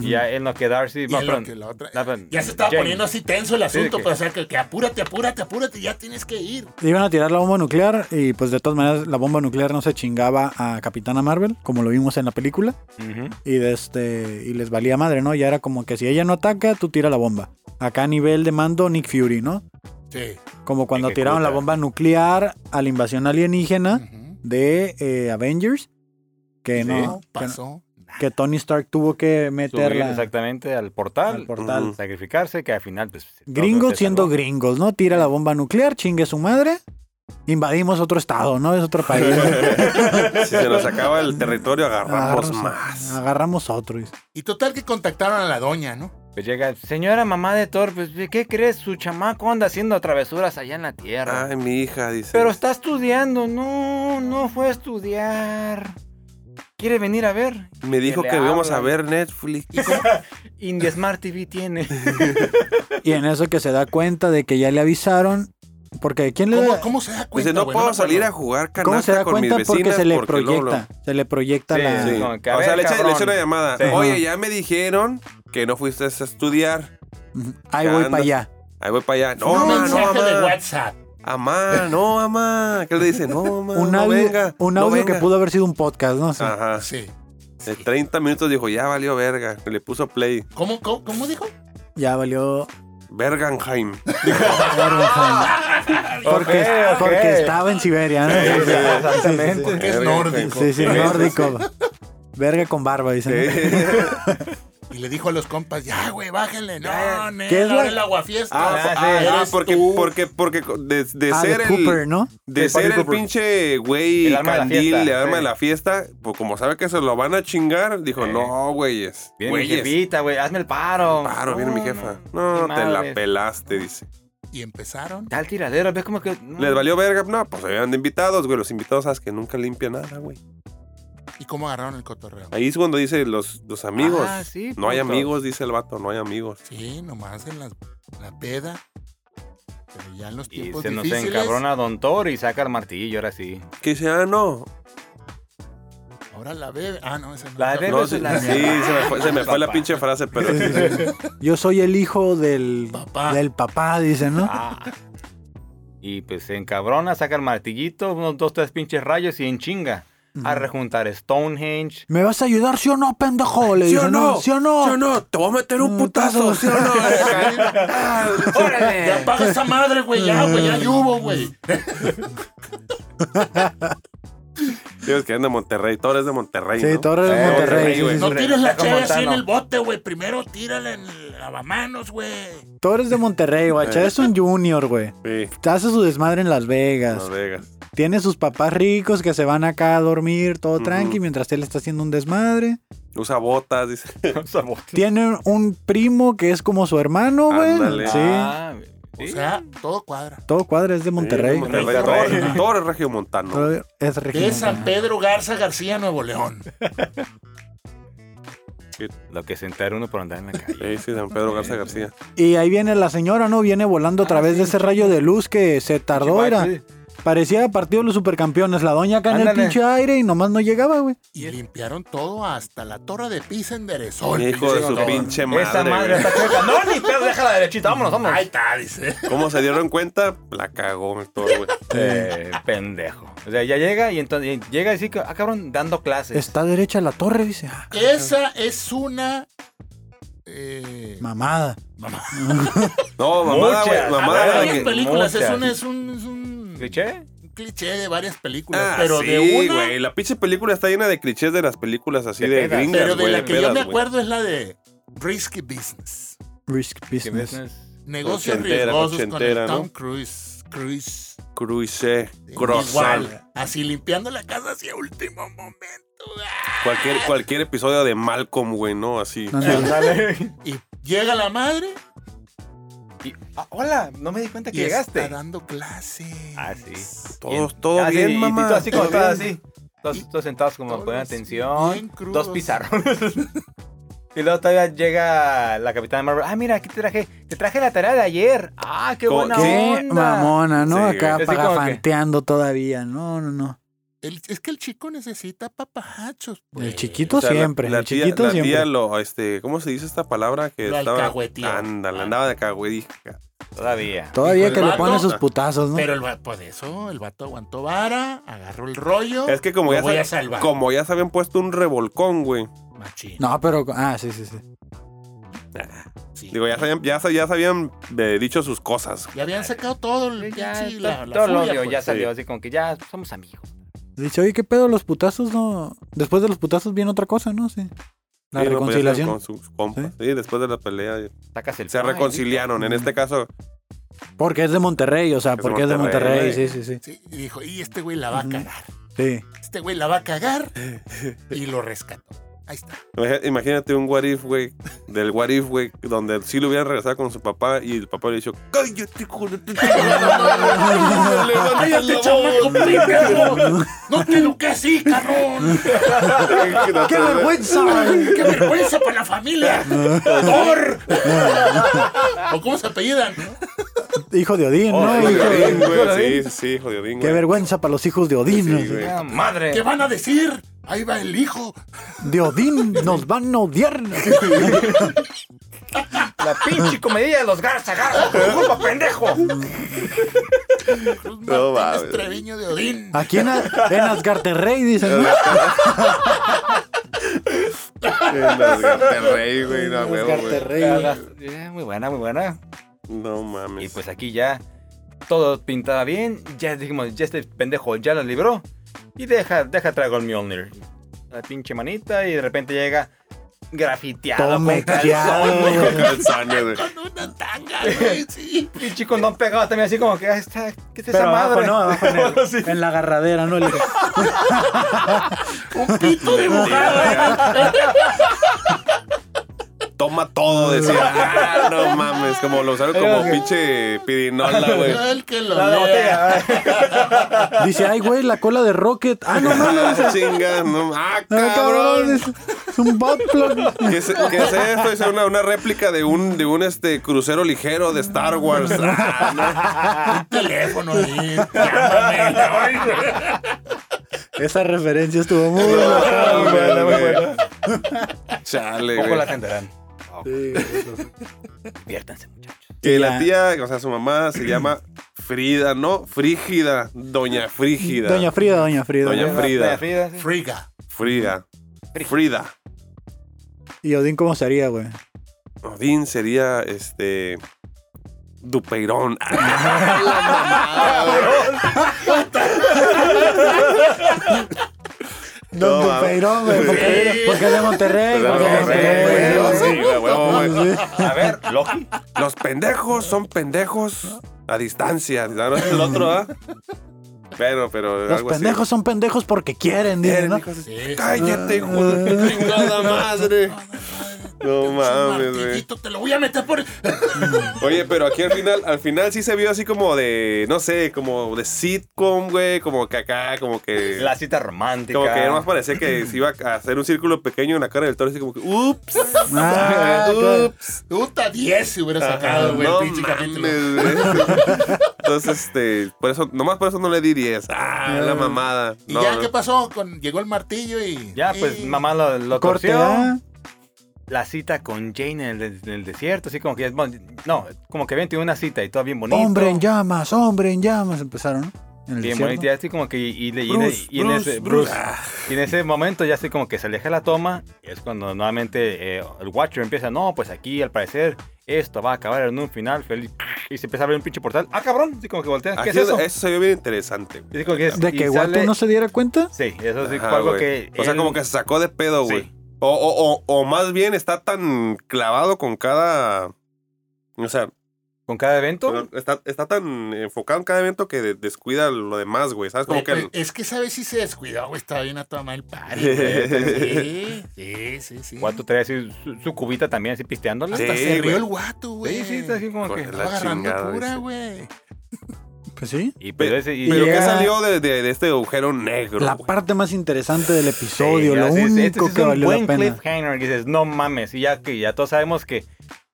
Y ya él no quedar, sí,
Y
va,
en
perdón.
lo que la otra-
No, perdón.
ya se estaba
Jane.
poniendo así tenso el
Sí, de
asunto,
que-
pero o sea, que, que apúrate, apúrate, apúrate, ya tienes que ir.
Iban a tirar la bomba nuclear y pues de todas maneras la bomba nuclear no se chingaba a Capitana Marvel, como lo vimos en la película,
Ujú.
y de este y les valía madre, ¿no? Ya era como que si ella no ataca, tú tira la bomba. Acá a nivel de mando Nick Fury, ¿no?
Sí.
Como cuando
Ejecuta.
tiraron la bomba nuclear a la invasión alienígena
Ujú.
de eh, Avengers, ¿Ah? que no, que, no-
pasó.
que Tony Stark tuvo que
Subir
meterla
exactamente al
al
portal,
portal.
Ujú.
sacrificarse, que al final, pues...
Gringos
se
siendo
salvó.
gringos, ¿no? Tira la bomba nuclear, chingue su madre. Invadimos otro estado, ¿no? Es
*laughs*
otro país.
Si se nos acaba el territorio, agarramos
Agarramos-
más.
Agarramos otro. dice.
Y total que contactaron a la doña, ¿no?
Pues llega, señora mamá de Thor, pues, ¿qué crees? Su chamaco anda haciendo travesuras allá en la Tierra.
Ay, mi hija, dice.
Pero está estudiando. No, no fue a estudiar. ¿Quiere venir a ver?
me dijo
que
que,
le
íbamos a
hablan.
ver Netflix.
India Smart TV tiene.
Y en eso que se da cuenta de que ya le avisaron. Porque ¿quién le
¿Cómo,
da-
cómo se da cuenta?
Dice, no
güey?
puedo
me acuerdo.
salir a jugar
cómo se
canasta
da
con mis
cuenta?
vecinas.
Porque se le
luego-
proyecta. Se le proyecta
Sí,
la.
Sí.
Como que, a
o
ver,
sea, le echa, le
cabrón.
echa una llamada.
Sí.
Oye, ya me dijeron que no fuiste a estudiar.
Ujú. Ahí voy
Anda.
para allá.
Ahí voy para allá. No,
Un
mamá, no,
mensaje de
mamá.
WhatsApp.
Amá, no, mamá. ¿Qué le dice? No, mamá.
Un
no
audio,
venga,
un
no
audio que
venga. Ah.
pudo haber sido un podcast, ¿no? Sí.
Ajá.
Sí.
De 30 minutos dijo, ya valió verga. Le puso play.
¿Cómo, cómo, cómo dijo?
Ya valió.
Bergenheim.
Porque,
Ok, ok.
porque estaba en Siberia, ¿no? Sí, sí, sí.
Exactamente.
Porque es nórdico.
Sí,
Sí,
sí,
sí,
nórdico. Verga con barba, dicen.
Y le dijo a los compas, ya, güey, bájenle. No, nena,
¿Qué es la-
ahora el aguafiesta.
Ah, sí.
eres
Ah, porque,
tú.
porque, porque de, de
Ah, de
ser el.
Cooper, ¿no?
De
Sí, Party
ser el
Cooper.
pinche güey
El alma de la
candil,
fiesta,
el alma
sí.
de la fiesta, pues como sabe que se lo van a chingar, dijo,
Sí.
no, güeyes.
*laughs* Viene mi
güeyes.
jefita, güey. Hazme el paro.
Paro, viene mi jefa. No,
ni
te la
madres.
pelaste, dice.
Y empezaron.
Tal tiradera, ves como que. no.
¿Les valió verga? No, pues habían de invitados, güey. Los invitados sabes que nunca limpia nada, güey.
¿Y cómo agarraron el cotorreo?
Ahí es cuando dice los, los amigos.
Ah, sí,
no hay
putos.
amigos, dice el vato, no hay amigos.
Sí, nomás en la, la peda. Pero ya en los
Y
tiempos
se nos
difíciles.
encabrona Don Thor y saca el martillo, ahora sí.
Que dice, ah, no.
Ahora la bebe. Ah, no, esa no.
La bebe.
no
se
sí,
la-
sí, se me fue, se me
*laughs*
fue la
Papá.
pinche frase, pero sí.
Yo soy el hijo del
Papá.
del papá, dicen, ¿no?
Ah. Y pues se encabrona, saca el martillito, unos dos, tres pinches rayos y en chinga. A rejuntar
*laughs*
Stonehenge.
¿Me vas a ayudar, sí o no, pendejo? Le dicen, ¿Sí o no?
¿Sí o no? Te voy a meter un
Mm,
putazo,
putazo.
¿sí o
*laughs*
no?
Ya
¡Órale! *laughs*
apaga esa madre, güey. Ya, güey, ya hubo, güey.
Dios que eres de Monterrey, todo eres de Monterrey.
Sí,
¿no?
Torres de
Eh,
Monterrey.
Monterrey,
sí,
güey.
sí,
No
sí.
tires la
Saca
chave así en
Montano.
el bote, güey. Primero tírala en el lavamanos, güey.
Torres de Monterrey, guacha. Es un junior, güey.
Sí,
Hace su desmadre en Las Vegas.
Las Vegas.
Tiene sus papás ricos que se van acá a dormir, todo
Ujú.
tranqui, mientras él está haciendo un desmadre.
Usa
*laughs*
botas, dice.
Sabote.
Tiene un primo que es como su hermano, güey.
Ándale.
Sí.
Ah,
O
Sí.
sea, todo cuadra.
Todo cuadra es de *laughs* Monterrey.
Sí, Monterrey. Todo, todo es regiomontano.
Todo es
De
regional.
San Pedro Garza García, Nuevo León.
Lo que sentar uno por andar en la calle.
Sí, sí, San Pedro Garza
*laughs*
García.
Y ahí viene la señora, ¿no? Viene volando a través de ese rayo de luz que se tardó. Era,
Ah, Sí.
parecía partido de los supercampeones. La doña acá en el
Ándale.
pinche aire y nomás no llegaba, güey.
Y limpiaron todo hasta la torre de Pisa enderezó. el
Hijo de
pinche
su
torre.
pinche madre.
Esa madre
güey.
está chueca. No, ni pedo, déjala derechita. Vámonos, vámonos.
Ahí está, dice.
¿Cómo se dieron cuenta? La cagó el toro, güey.
Eh, pendejo. O sea, ya llega y entonces y llega y dice, que, ah, cabrón, dando clases.
Está derecha la torre, dice. Ah,
Esa es una. eh,
mamada.
mamá.
No, mamada, güey.
Muchas.
Mamada
Ah,
era
Varias
que-
que.
películas. Es,
muchas.
una, es, un, es un
¿Cliché?
cliché de varias películas.
Ah,
pero
sí,
de una.
güey. La pinche película está llena de clichés de las películas así
De
de,
pedas.
gringas,
pero de
güey,
la
de
que yo
pedas,
me
güey.
acuerdo es la de Risky Business.
Risk
¿Qué
business.
business?
Negocios
Ochentera,
riesgosos con
ochentera,
el Tom
¿no?
Cruise. Cruise.
Cruise, croissant.
Igual. Así limpiando la casa hacia último momento. ¡Ah!
Cualquier, cualquier episodio de Malcolm, güey, ¿no? Así.
Ándale.
Y llega la madre.
*laughs* Y- ah, hola, no me di cuenta que
y
llegaste.
Está dando clases.
Ah, sí.
Todo,
Y-
todo
ah, sí,
bien,
y- y
mamá.
tú así como
todo
estabas,
bien.
así. Todos, todos sentados como
Todos
con
bien
atención.
crudos.
Dos pizarrones. *laughs* y luego todavía llega la capitana Marvel. Ah, mira, aquí te traje. Te traje la tarea de ayer. Ah, qué
Co-
buena
Qué
onda.
mamona, ¿no?
Sí,
Acá
güey. Así como que-
pagafanteando todavía. No, no, no.
El- es que el chico necesita papajachos.
El
pues.
chiquito
O sea, la-
siempre.
La,
el
tía,
chiquito
la tía
siempre.
lo, este, ¿cómo se dice esta palabra? Que
Lo Ah.
estaba.
alcahueteó.
Ándale, andaba de cagüedija.
Todavía.
Todavía
Hijo,
que
el
le
vato-
pone sus putazos, ¿no?
Pero el va- por eso el vato aguantó vara, agarró el rollo.
Es que como
lo
ya,
voy
se-
a salvar.
como ya se habían puesto un revolcón, güey.
Machín.
No, pero. Ah, sí, sí, sí.
sí.
Digo, ya sabían, ya, se- ya sabían eh, dicho sus cosas.
Ya habían sacado todo el
Sí, ya,
pinche-
to-
la, la
todo lo
furia,
odio
pues.
ya salió así como que ya somos amigos.
Dice, oye, ¿qué pedo? Los putazos no. Después de los putazos viene otra cosa, ¿no? Sí.
Sí,
La
no, pues, ya estaban
reconciliación.
con sus compas. Sí, después de la pelea.
Sacas el
Se
pan,
reconciliaron. En este caso,
Porque es de Monterrey, o sea,
Es de
porque es de Monterrey.
Monterrey.
Sí, sí, sí.
Sí, y dijo, y este güey la va a
Ujú.
cagar.
Sí.
Este güey la va a
*laughs*
cagar. y lo rescató. Ahí está.
Imag- Imagínate un what if, güey, del what if, güey, donde sí lo hubiera regresado con su papá y el papá le dijo, cállate, hijo de tu *laughs*
¡Cállate, chamaco pendejo! ¡No te lo que así, cabrón!
¡Qué vergüenza!
¡Qué vergüenza para la familia! ¡Thor! ¿O cómo se apellidan?
*laughs* Hijo de Odín,
Oh,
¿no?
hijo
Hijo de
Hijo-
Odín, güey, sí, sí, sí, hijo de Odín,
Qué
güey.
vergüenza para los hijos de Odín.
Sí,
¿no?
güey.
¡Ah, madre!
¿Qué van a decir? Ahí va el hijo.
De Odín nos van a odiar.
La pinche comedia de los Garza, Garza, por
*laughs*
tu culpa, pendejo.
Cruz
No
Martínez
mames.
Treviño de Odín.
Aquí en, en Asgarterrey dicen. ¿no?
Monterrey, güey, no, huevo, güey.
Eh, Muy buena, muy buena.
No mames.
Y
*laughs*
pues aquí ya todo pintaba bien. Ya dijimos, ya este pendejo ya lo libró. Y deja, deja trago el Mjolnir. La pinche manita y de repente llega grafiteado.
Todo
con
mequeado,
calzón, güey.
güey.
Calzones,
*laughs*
güey.
Con una tanga, güey, sí.
Y chico no pegado también así como que, "Ah, esta- ¿qué es esa
Pero abajo,
madre?
¿no? Abajo en,
*laughs*
el-
Sí.
en la agarradera, ¿no? El-
Un pito dibujado.
Toma todo, decía. Ah, no mames, como lo usaron como pinche pirinola, güey.
El que lo
La
lea.
botella.
Dice, ay, güey, la cola de Rocket. Ah, *laughs* no mames.
Ah, chinga, no, ah,
Ah, cabrón,
cabrón.
es, es un bot plug.
¿Qué es, qué es esto? Es una, una réplica de un, de un este, crucero ligero de Star Wars. Ah,
Un teléfono ahí. Llámame.
*laughs* Esa referencia estuvo *laughs* muy
Ah,
buena.
Muy buena, muy
güey.
buena.
no. Chale,
Poco la
güey.
atenderán.
Sí,
Diviértanse, muchachos.
Que la tía, o sea, su mamá se llama Frida, ¿no? Frígida. Doña Frígida.
Doña Frida, Doña Frida.
Doña
güey.
Frida.
Doña Frida, sí.
Friga.
Frida. Frida.
¿Y Odín cómo sería, güey?
Odín sería, este... Dupeirón.
Don
No,
Dupeirón, güey. Porque,
Sí.
porque es de Monterrey. porque es de Monterrey,
Dupeirón,
güey.
sí, güey, huevo, güey.
A ver, Loki.
Los pendejos son pendejos a distancia. ¿no? El otro, ¿ah? Pero, pero.
Los
algo así.
pendejos son pendejos porque quieren, dicen,
Quieren,
¿no?
hijos de-
Sí.
Cállate, hijo de tu chingada madre. No mames, güey.
Martillito, te lo voy a meter por.
Oye, pero aquí al final, al final sí se vio así como de, no sé, como de sitcom, güey, como que acá, como que...
La cita romántica.
Como que además parecía que se iba a hacer un círculo pequeño en la cara del toro, así como que, "Uh, ups,
Ah, claro.
ups.
Puta 10 se hubiera sacado, güey,
Ah, No
el pinche capítulo.
mames, güey. Entonces, este, por eso, nomás por eso no le di 10. Ah, la mamada.
¿Y
No,
ya
no.
qué pasó? Con, llegó el martillo y.
Ya, pues
y-
mamá lo, lo
Corte ¿ah?
torció.
A.
La cita con Jane en el, en el desierto, así como que. es bon- No, como que habían tenido una cita y todo bien bonito.
Hombre en llamas, hombre en llamas. Empezaron, ¿no? En el
Bien
desierto.
bonito, ya así como que. Y, y le- y le-
Bruce,
y en
Bruce,
ese,
Bruce.
Bruce.
Ah,
Y en ese momento, ya así como que se aleja la toma. Es cuando nuevamente eh, el Watcher empieza. No, pues aquí al parecer esto va a acabar en un final feliz. Y se empieza a abrir un pinche portal. ¡Ah, cabrón! Así como que voltea. ¿Qué
Aquí
es eso?
se vio bien interesante. güey.
Así como que es-
¿De
y
que
sale-
Watu no se diera cuenta?
Sí, eso sí
Ajá,
fue algo
güey.
que.
O sea,
él-
como que se sacó de pedo,
Sí.
güey. O, o- o- o más bien está tan clavado con cada. O sea,
Con cada evento.
está, está tan enfocado en cada evento que de- descuida lo demás, güey. ¿Sabes? Como
Güey,
que.
pues, Es que sabes si se descuidó, güey. Estaba bien a tomar el party,
*laughs*
güey. pues, Sí, sí, sí. sí.
Watu trae así su, su cubita también, así pisteándole.
Sí,
Hasta se rió
güey.
el guato, güey.
Sí, sí, está así como que.
Con
Estaba
La
agarrando
chingada,
pura,
dice.
güey.
Pues sí.
Y pero ese. y-
Pero
llega-
¿qué salió de, de- de este agujero negro?
La
güey?
parte más interesante del episodio,
Sí,
lo
así es,
único
este sí es
que
un
valió
buen
la pena.
cliffhanger que dices, no mames, y ya que ya todos sabemos que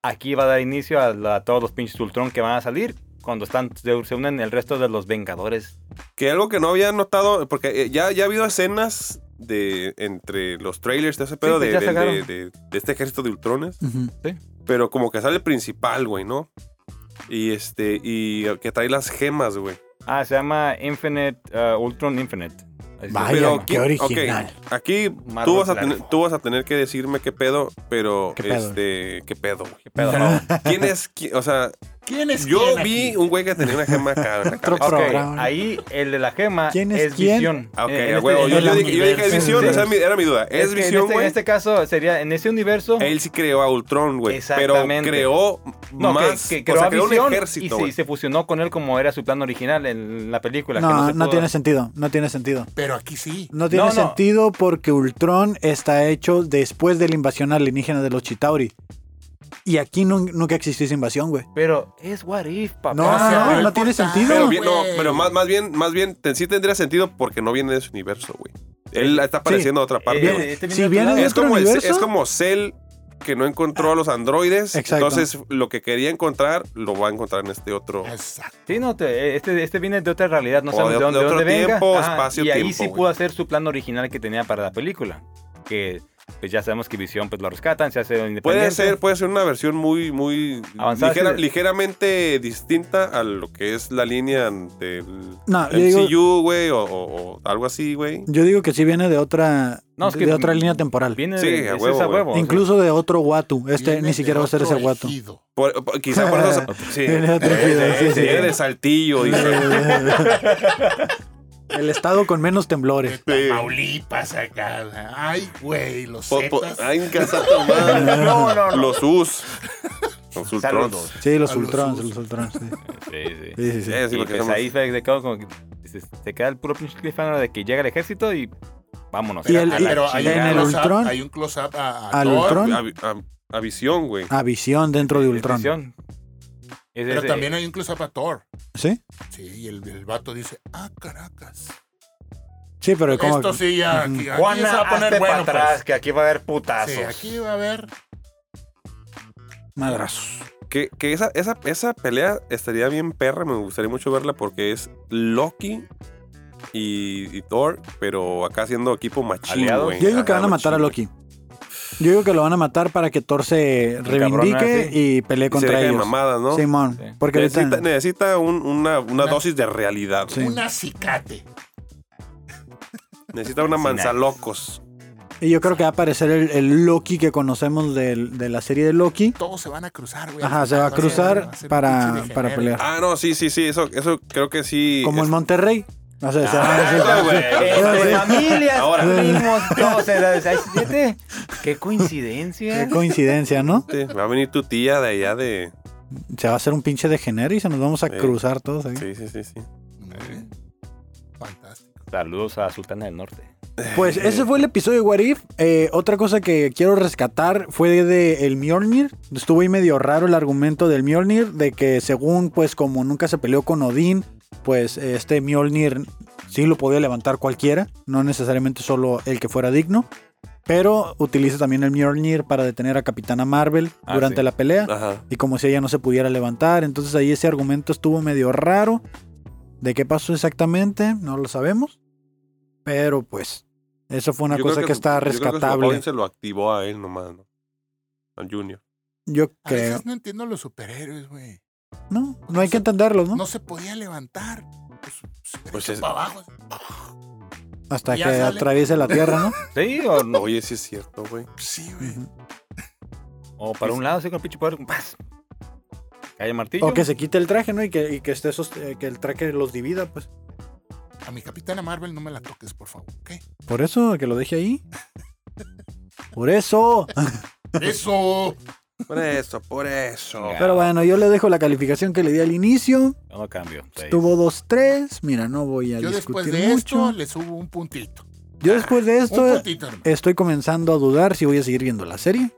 aquí va a dar inicio a, la- a todos los pinches Ultron que van a salir cuando están se, se unen el resto de los Vengadores.
Que algo que no había notado, porque eh, ya, ya ha habido escenas de entre los trailers de ese pedo
pues
de-
ya
de-
sacaron.
de- de- de este ejército de ultrones.
Ujú.
Pero como que sale el principal, güey, ¿no? Y este, y el que trae las gemas, güey.
Ah, se llama Infinite uh, Ultron Infinite. Así se
Vaya,
llama.
qué
¿quién-
original.
ok, aquí
Marvel
tú vas, a
Claro.
tener, tú vas a tener que decirme qué pedo, pero
¿Qué pedo?
este, qué pedo, güey.
Qué pedo, ¿no?
¿Quién es? qui- o sea,
¿Quién es
yo
quién
vi
aquí?
un güey que tenía una gema acá. en la
Otro
cabeza.
Ok,
programa.
ahí el de la gema
¿Quién es
es,
quién?
visión.
Ah, ok,
Eh, en
a
este-
huevo. Yo,
en
yo
el
dije, yo dije es
universo.
visión,
Sí.
esa es mi- era mi duda. Es,
que en
visión,
este-
güey.
En este caso sería, en ese universo,
Él sí creó a Ultron, güey. Pero
Exactamente.
creó
No, que-
más.
que,
o
creó
sea,
a
creó un
Visión y,
ejército,
se, y
güey.
se fusionó con él como era su plan original en la película. que
No,
se
no,
pudo-
tiene sentido, no tiene sentido.
Pero aquí sí.
No tiene
no.
sentido porque Ultron está hecho después de la invasión alienígena de los Chitauri. Y aquí nun- nunca existió esa invasión, güey.
Pero es What If, papá.
No, no,
se
no,
abrió el
no tiene
portal,
sentido.
Pero, bien, no,
güey.
pero más, más bien, más bien, te- sí tendría sentido porque no viene de su universo, güey. Él está apareciendo a otra parte,
Eh,
güey.
este viene
si
de otro
viene
lado.
de
es
otro
como el-
universo? Ah,
es como Cell que no encontró a los androides.
Exacto.
Entonces, lo que quería encontrar, lo va a encontrar en este otro.
Exacto.
Sí, no, te- este, este viene de otra realidad, no
O
sabemos
de-
de dónde,
de otro
dónde venga.
tiempo,
Ajá,
espacio,
y ahí
tiempo,
sí
güey.
pudo hacer su plan original que tenía para la película. Que pues ya sabemos que Visión pues lo rescatan, se hace independiente.
Puede ser, puede ser una versión muy, muy
Avanzada,
ligera-
sí.
ligeramente distinta a lo que es la línea del
No, Ah, yo digo-
MCU, güey, o, o- o algo así, güey.
Yo digo que sí viene de otra,
No, es
de,
que-
de otra línea temporal.
Viene
Sí,
de,
a
es
huevo,
esa
güey.
huevo, o sea,
Incluso de otro Watu. Este
Viene
ni
de
siquiera va a ser ese
otro
Watu.
ejido.
Por- por- quizá por eso. sí.
*laughs* Viene de otro ejido,
Eh,
sí, sí.
viene de saltillo,
Eh,
dice.
*laughs* El estado con menos
De
*laughs*
temblores.
Tamaulipas acá. Ay, güey, los
Po- po-
Zetas.
ay, en casa tu
*laughs*
madre.
No, no, no.
Los us. Los
Saludos.
ultrons.
Sí, los
A los
Ultrons,
Us.
los Ultrons. Sí,
Sí, sí.
sí, sí. sí.
Sí, sí,
Y
porque
pues
somos-
ahí fue de quedó como que se, se queda el puro pinche cliffhanger de que llega el ejército y vámonos.
Y
a
el-
la
y-
Pero hay un
en el
chingada.
close-up
Ultron.
hay un close-up a, a
Al
Thor,
Ultron.
A, a- a visión, güey.
A Ah, visión dentro de
Es
Ultron.
Eh, Visión. Es-
Pero
es-
también hay un close-up a Thor.
¿Sí?
Sí, y el, el vato dice, ah, caracas.
Sí, pero como.
Esto sí ya, aquí, aquí
Juana,
se va a poner
hazte
bueno.
para atrás,
pues.
que aquí va a haber putazos.
Sí, aquí va a haber...
Madrazos.
Que, que esa, esa, esa pelea estaría bien perra, me gustaría mucho verla porque es Loki y, y Thor, pero acá siendo equipo machín,
Aliados.
güey.
Yo digo que
Ajá,
van a matar a
machín.
Loki. Yo digo que lo van a matar para que Thor se
sí.
reivindique y pelee
Y se
contra
deja de
ellos.
mamadas, ¿no?
Simón.
Sí.
Porque ahorita-
necesita necesita un- una, una dosis de realidad.
Sí.
güey.
Un acicate.
Necesita una manzalocos.
Y yo creo que va a aparecer el, el Loki que conocemos del- de la serie de Loki.
Todos se van a cruzar, güey.
Ajá, se va a
ser-
cruzar
va a ser
para-
pinche de
para
genérico.
pelear.
Ah, no, sí, sí, sí. Eso, eso creo que sí.
Como en
es-
Monterrey. No sé, se van a decir-
Ah, güey.
Sí, sí.
Entre Este, familias,
Ahora.
primos, todos en la 17. Qué coincidencia.
Qué coincidencia, ¿no?
Va a venir tu tía de allá de.
Se va a hacer un pinche de genero y se nos vamos a
Sí.
cruzar todos ahí.
Sí, sí, sí, sí.
Muy bien. Fantástico.
Saludos a Sultana del Norte.
Pues ese fue el episodio de What If. Eh, otra cosa que quiero rescatar fue de, de el Mjolnir. Estuvo ahí medio raro el argumento del Mjolnir, de que según, pues como nunca se peleó con Odín, pues este Mjolnir sí lo podía levantar cualquiera, no necesariamente solo el que fuera digno. Pero utiliza también el Mjolnir para detener a Capitana Marvel
Ah,
durante
sí.
la pelea
Ajá.
y como si ella no se pudiera levantar. Entonces ahí ese argumento estuvo medio raro. ¿De qué pasó exactamente? No lo sabemos. Pero pues, eso fue una
Yo creo
cosa que, está
yo creo que su papá
rescatable.
bien se lo activó a él nomás, ¿no? Al Junior.
Yo
A
creo.
veces no entiendo los superhéroes, güey.
No, no hay que entenderlos, ¿no?
"Ah, No se podía levantar. Pues,
Pues
derecho
es-
para abajo.
Hasta que
ya sale.
atraviese la
*laughs*
tierra, ¿no? *laughs*
Sí, o, no,
Oye, sí es cierto, güey.
Sí, güey.
o para un lado, así con el pinche poder. ¡paz! Cae el martillo.
o que se quite el traje, ¿no? Y que, y que esté sost- eh, que el traje los divida, pues.
A mi Capitana Marvel no me la toques, por favor, ¿ok?
Por eso, que lo
*laughs*
deje ahí. Por eso.
¡Eso!
Por eso, por eso.
Ya.
Pero bueno, yo le dejo la calificación que le di al inicio.
No cambio. seis.
Estuvo 2-3. Mira, no voy a
Yo después
discutir
de
mucho.
esto le subo un puntito.
Yo después de esto.
un puntito, hermano.
Estoy comenzando a dudar si voy a seguir viendo la serie.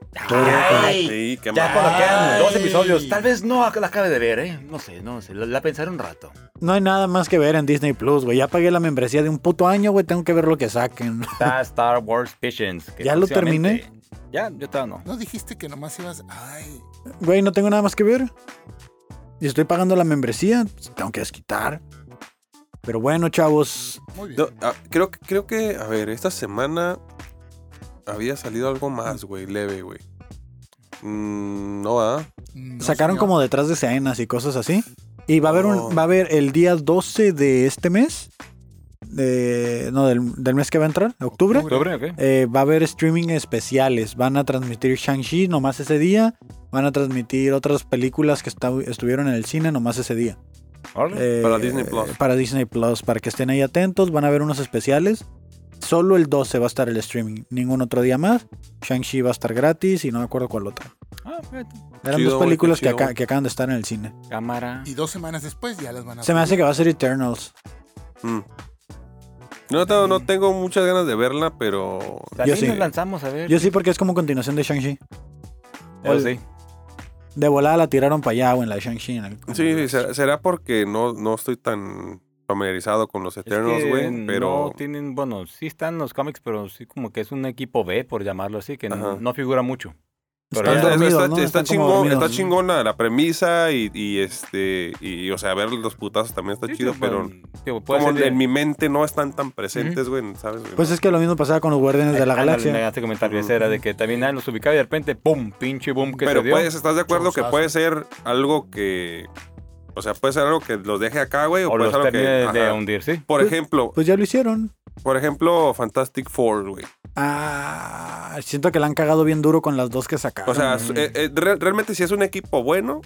Sí, qué
Ya cuando
mal.
quedan dos
Ay.
episodios, tal vez no la acabe de ver, ¿eh? No sé, no sé. La, la pensaré un rato.
No hay nada más que ver en Disney Plus, güey. Ya pagué la membresía de un puto año, güey. Tengo que ver lo que saquen. *laughs*
Está Star Wars Visions. que
¿Ya lo
próximamente- Ya, yo estaba no.
No dijiste que nomás ibas. Ay,
Güey, no tengo nada más que ver. Y estoy pagando la membresía. pues, Tengo que desquitar. Pero bueno, chavos.
muy bien.
No, ah, creo, que- creo que, a ver, esta semana había salido algo más, güey, leve, güey. Mm, no, ¿ah?
No,
sacaron
señor.
como detrás de escenas y cosas así. Y va a haber,
Oh.
un, va a haber el día 12 de este mes. de- no, del, del mes que va a entrar, de octubre.
¿Octubre? ¿Ok?
Eh, va a haber streaming especiales. Van a transmitir Shang-Chi nomás ese día. Van a transmitir otras películas que esta- estuvieron en el cine nomás ese día.
Órale.
Eh,
Para Disney Plus.
Para Disney Plus, para que estén ahí atentos. Van a haber unos especiales. Solo el 12 va a estar el streaming. Ningún otro día más. Shang-Chi va a estar gratis y no me acuerdo cuál otra.
Ah, fíjate.
Eran
Chido,
dos
güey,
películas
qué chido,
que, aca-
güey.
que acaban de estar en el cine.
Cámara.
Y dos semanas después ya las van a.
Se me hace que va a ser Eternals.
Mm. No, tengo- no tengo muchas ganas de verla, pero.
También
sí.
nos lanzamos a ver.
Yo sí, porque es como continuación de Shang-Chi.
Yo sí.
De volada la tiraron para allá, o en la de Shang-Chi. en el-
Sí, sí, será- será porque no, no estoy tan familiarizado con los
Es
Eternos,
que
güey,
No
pero.
tienen, bueno, sí están los cómics, pero sí como que es un equipo B, por llamarlo así, que no,
Ajá.
no figura mucho. Pero
Están
ya-
Está- está-
dormidos,
está-
¿no?
está
Están como
chingón,
dormidos.
está chingona la premisa y, y este y, o sea ver los putazos también está
sí,
chido,
sí,
pero
digo, puede
como
ser-
en mi mente no están tan presentes, güey, ¿sabes? güey?
Pues es que lo mismo pasaba con los Guardianes de la
Ándale,
Galaxia.
me dejaste comentar,
Ujú.
esa era de que también nadie los ubicaba y de repente, ¡pum! Pinche boom que
pero
se dio.
puedes, ¿estás de acuerdo que
Chonzazo.
puede ser algo que o sea, puede ser algo que los deje acá, güey, o,
o
puede
los
ser algo
termine
que
de, de
ajá.
hundir, ¿sí?
Por
Pues-
ejemplo,
Pues ya lo hicieron.
por ejemplo, Fantastic Four, güey.
Ah, siento que la han cagado bien duro con las dos que sacaron.
O sea,
güey.
su- eh, eh, re- realmente sí es un equipo bueno,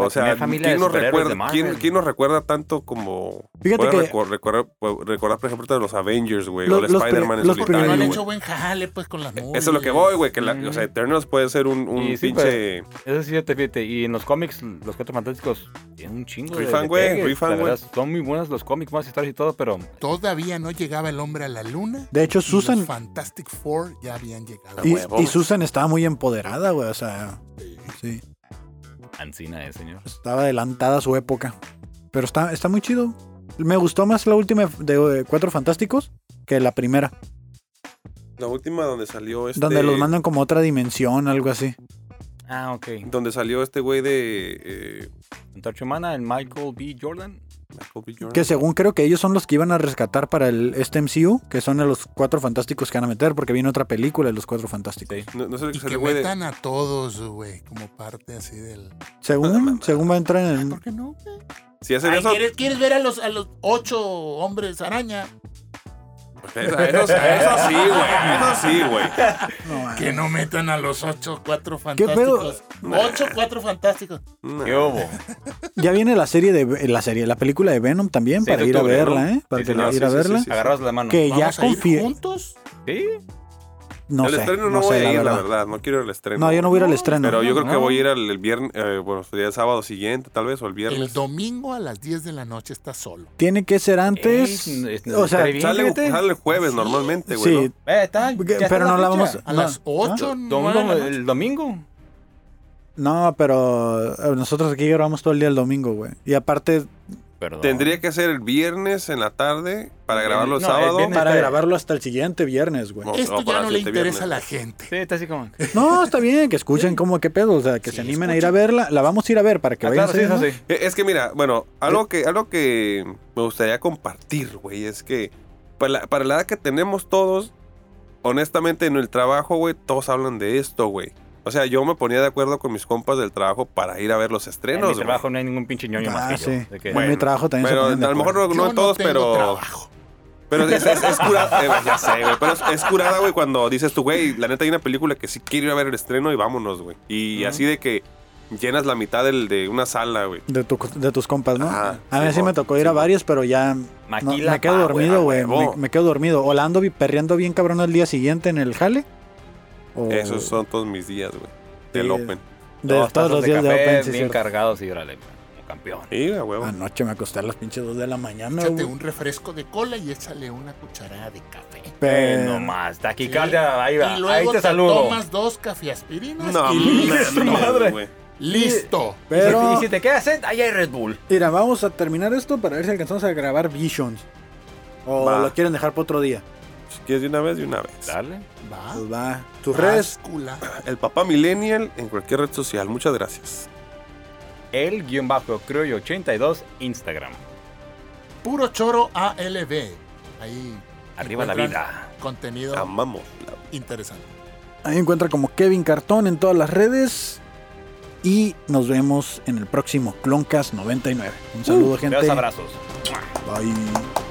Pues, La
o sea,
primera familia
¿quién
de
nos,
superhéroes
recuerda,
de Marvel.
¿quién, quién nos recuerda tanto como... puede
Fíjate que
recor- recordar, puede recordar, por ejemplo, de los Avengers, güey,
Lo-
o el
los pri-
Spider-Man en
los
Porque no
solitario,
han
primeros-
güey.
hecho buen jale, pues, con las movies.
Eso es lo que voy, güey, que la,
Mm.
o sea, Eternals puede ser un,
Sí,
un
pues. sí,
pinche...
Eso sí, te fíjate. Y en los cómics, los cuatro fantásticos tienen un chingo de-
Rifan,
de
güey,
pegue.
rifan,
La
güey.
verdad, Son muy buenos los cómics, más historias y todo, pero
Todavía no llegaba el hombre a la luna.
de hecho,
y
Susan.
los Fantastic Four ya habían llegado.
Y,
huevo.
y Susan estaba muy empoderada, güey. O sea, sí.
Ancina es, señor.
Estaba adelantada a su época. Pero está, está muy chido. Me gustó más la última de eh, Cuatro Fantásticos que la primera.
La última donde salió este...
Donde los mandan como a otra dimensión, algo así.
Ah, ok.
Donde salió este güey de... eh,
Antorcha Humana, el Michael B. Jordan.
Michael B. Jordan.
Que según creo que ellos son los que iban a rescatar para el, este MCU, que son de los cuatro fantásticos que van a meter, porque viene otra película de los cuatro fantásticos.
Sí.
No, no sé lo que
Y
salió
que
el güey de...
metan a todos, güey, como parte así del.
Según, según va a entrar en el.
¿Por qué no, güey?
Si hacen
Ay,
eso...
¿quieres, quieres ver a los, a los ocho hombres araña?
pues, *laughs* Eso, eso- eso sí, güey. Eso sí, güey.
No,
Que no metan a los ocho, cuatro
¿Qué pedo?
fantásticos. Ocho, cuatro fantásticos.
No.
¿Qué hubo?
Ya viene la serie de la serie, la película de Venom también
Sí,
para
de
ir a
octubre,
verla,
¿no?
¿eh? Para
Sí, señor,
ir
sí,
a
sí,
verla.
sí, sí.
Agarrados la mano.
Que ya
¿Vamos a ir
confía.
juntos?
Sí,
No
el
sé.
estreno no,
sé,
voy a
la
ir, la
verdad.
verdad. No quiero ir al estreno.
No, yo no voy a ir al estreno.
Pero yo creo que
no.
voy a ir al el viernes, eh, bueno, sería el sábado siguiente, tal vez, o el
El
viernes.
domingo a las 10 de la noche está solo.
Tiene que ser antes.
Ey, es-
o sea,
estaría bien.
Sale,
fíjate.
sale el jueves normalmente, güey.
sí.
¿no?
Eh, está,
Porque-
ya está
pero no
fecha.
la vamos-
A
No.
las 8,
Domingo,
9
el domingo.
No, pero eh, nosotros aquí grabamos todo el día el domingo, güey. Y aparte,
Perdón.
Tendría que ser el viernes en la tarde para
Ah. El-
grabarlo el
no, el
sábado.
viernes.
para
Está-
grabarlo hasta el siguiente viernes, güey.
Oh, No.
Esto
o
ya
para
no
el
le
siguiente
interesa a
viernes.
la gente.
Sí, está así como.
No, está bien, que escuchen cómo qué pedo, o sea, que
Sí,
se animen a ir a verla. La vamos a ir a ver para que
Ah,
vayan
claro, sí,
sabiendo.
eso sí.
Eh, Es que mira, bueno,
Eh.
algo que, algo que me gustaría compartir, güey, es que para la, para la edad que tenemos todos, honestamente en el trabajo, güey, todos hablan de esto, güey. O sea, yo me ponía de acuerdo con mis compas del trabajo para ir a ver los
En
estrenos,
mi
güey.
trabajo no hay ningún pinche ñoño más
Ah,
que yo.
sí.
De que-
En mi trabajo también
Pero
se
a
ponen de
lo mejor
acuerdo.
no, no
Yo
todos,
tengo
pero...
trabajo.
Pero es, es, es
*laughs*
cura- eh, ya sé, güey. Pero es, es curada, güey, cuando dices tú, güey, la neta hay una película que sí quiero ir a ver el estreno y vámonos, güey. Y
Ujú.
así de que llenas la mitad del, de una sala, güey.
De, tu- de tus compas, ¿no?
Ajá,
a mí sí
Simón,
me tocó ir a
Simón.
varias, pero ya no-
Maquila,
me quedo
pa,
dormido,
güey,
güey.
a
Me,
huevo.
me quedo dormido. O la ando vi- perreando bien cabrón al día siguiente en el jale. O
Esos son todos mis días, güey. Del
Oh. Sí.
Open.
de
Dos
todos
tazas
los días de
café
Open, sí,
Bien
cierto.
cargados y órale, como campeón.
Sí, a huevo.
Anoche me acosté a las pinches 2 de la mañana,
Échate
güey.
un refresco de cola y échale una cucharada de café.
Eh,
Pero-
no más, taquicardia, ahí va.
y luego
ahí te, saludo.
tomas dos cafeaspirinas
No,
y
mames,
listo.
madre.
güey.
Listo.
Pero-
Y si te quedas sed, ahí hay Red Bull.
Mira, vamos a terminar esto para ver si alcanzamos a grabar Visions. O
Va.
lo quieren dejar para otro día.
Si quieres de una vez, de una vez.
Dale.
Va.
Pues va. Tus redes.
Báscula.
El papá millennial en cualquier red social. Muchas gracias.
El guión bajo criollo 82 Instagram.
Puro choro ALB. Ahí.
Arriba la
encuentran
vida.
Contenido
Amamos. la-
interesante.
Ahí encuentra como Kevin Cartón en todas las redes. Y nos vemos en el próximo Cloncast 99. Un saludo, gente.
Dos abrazos.
Bye.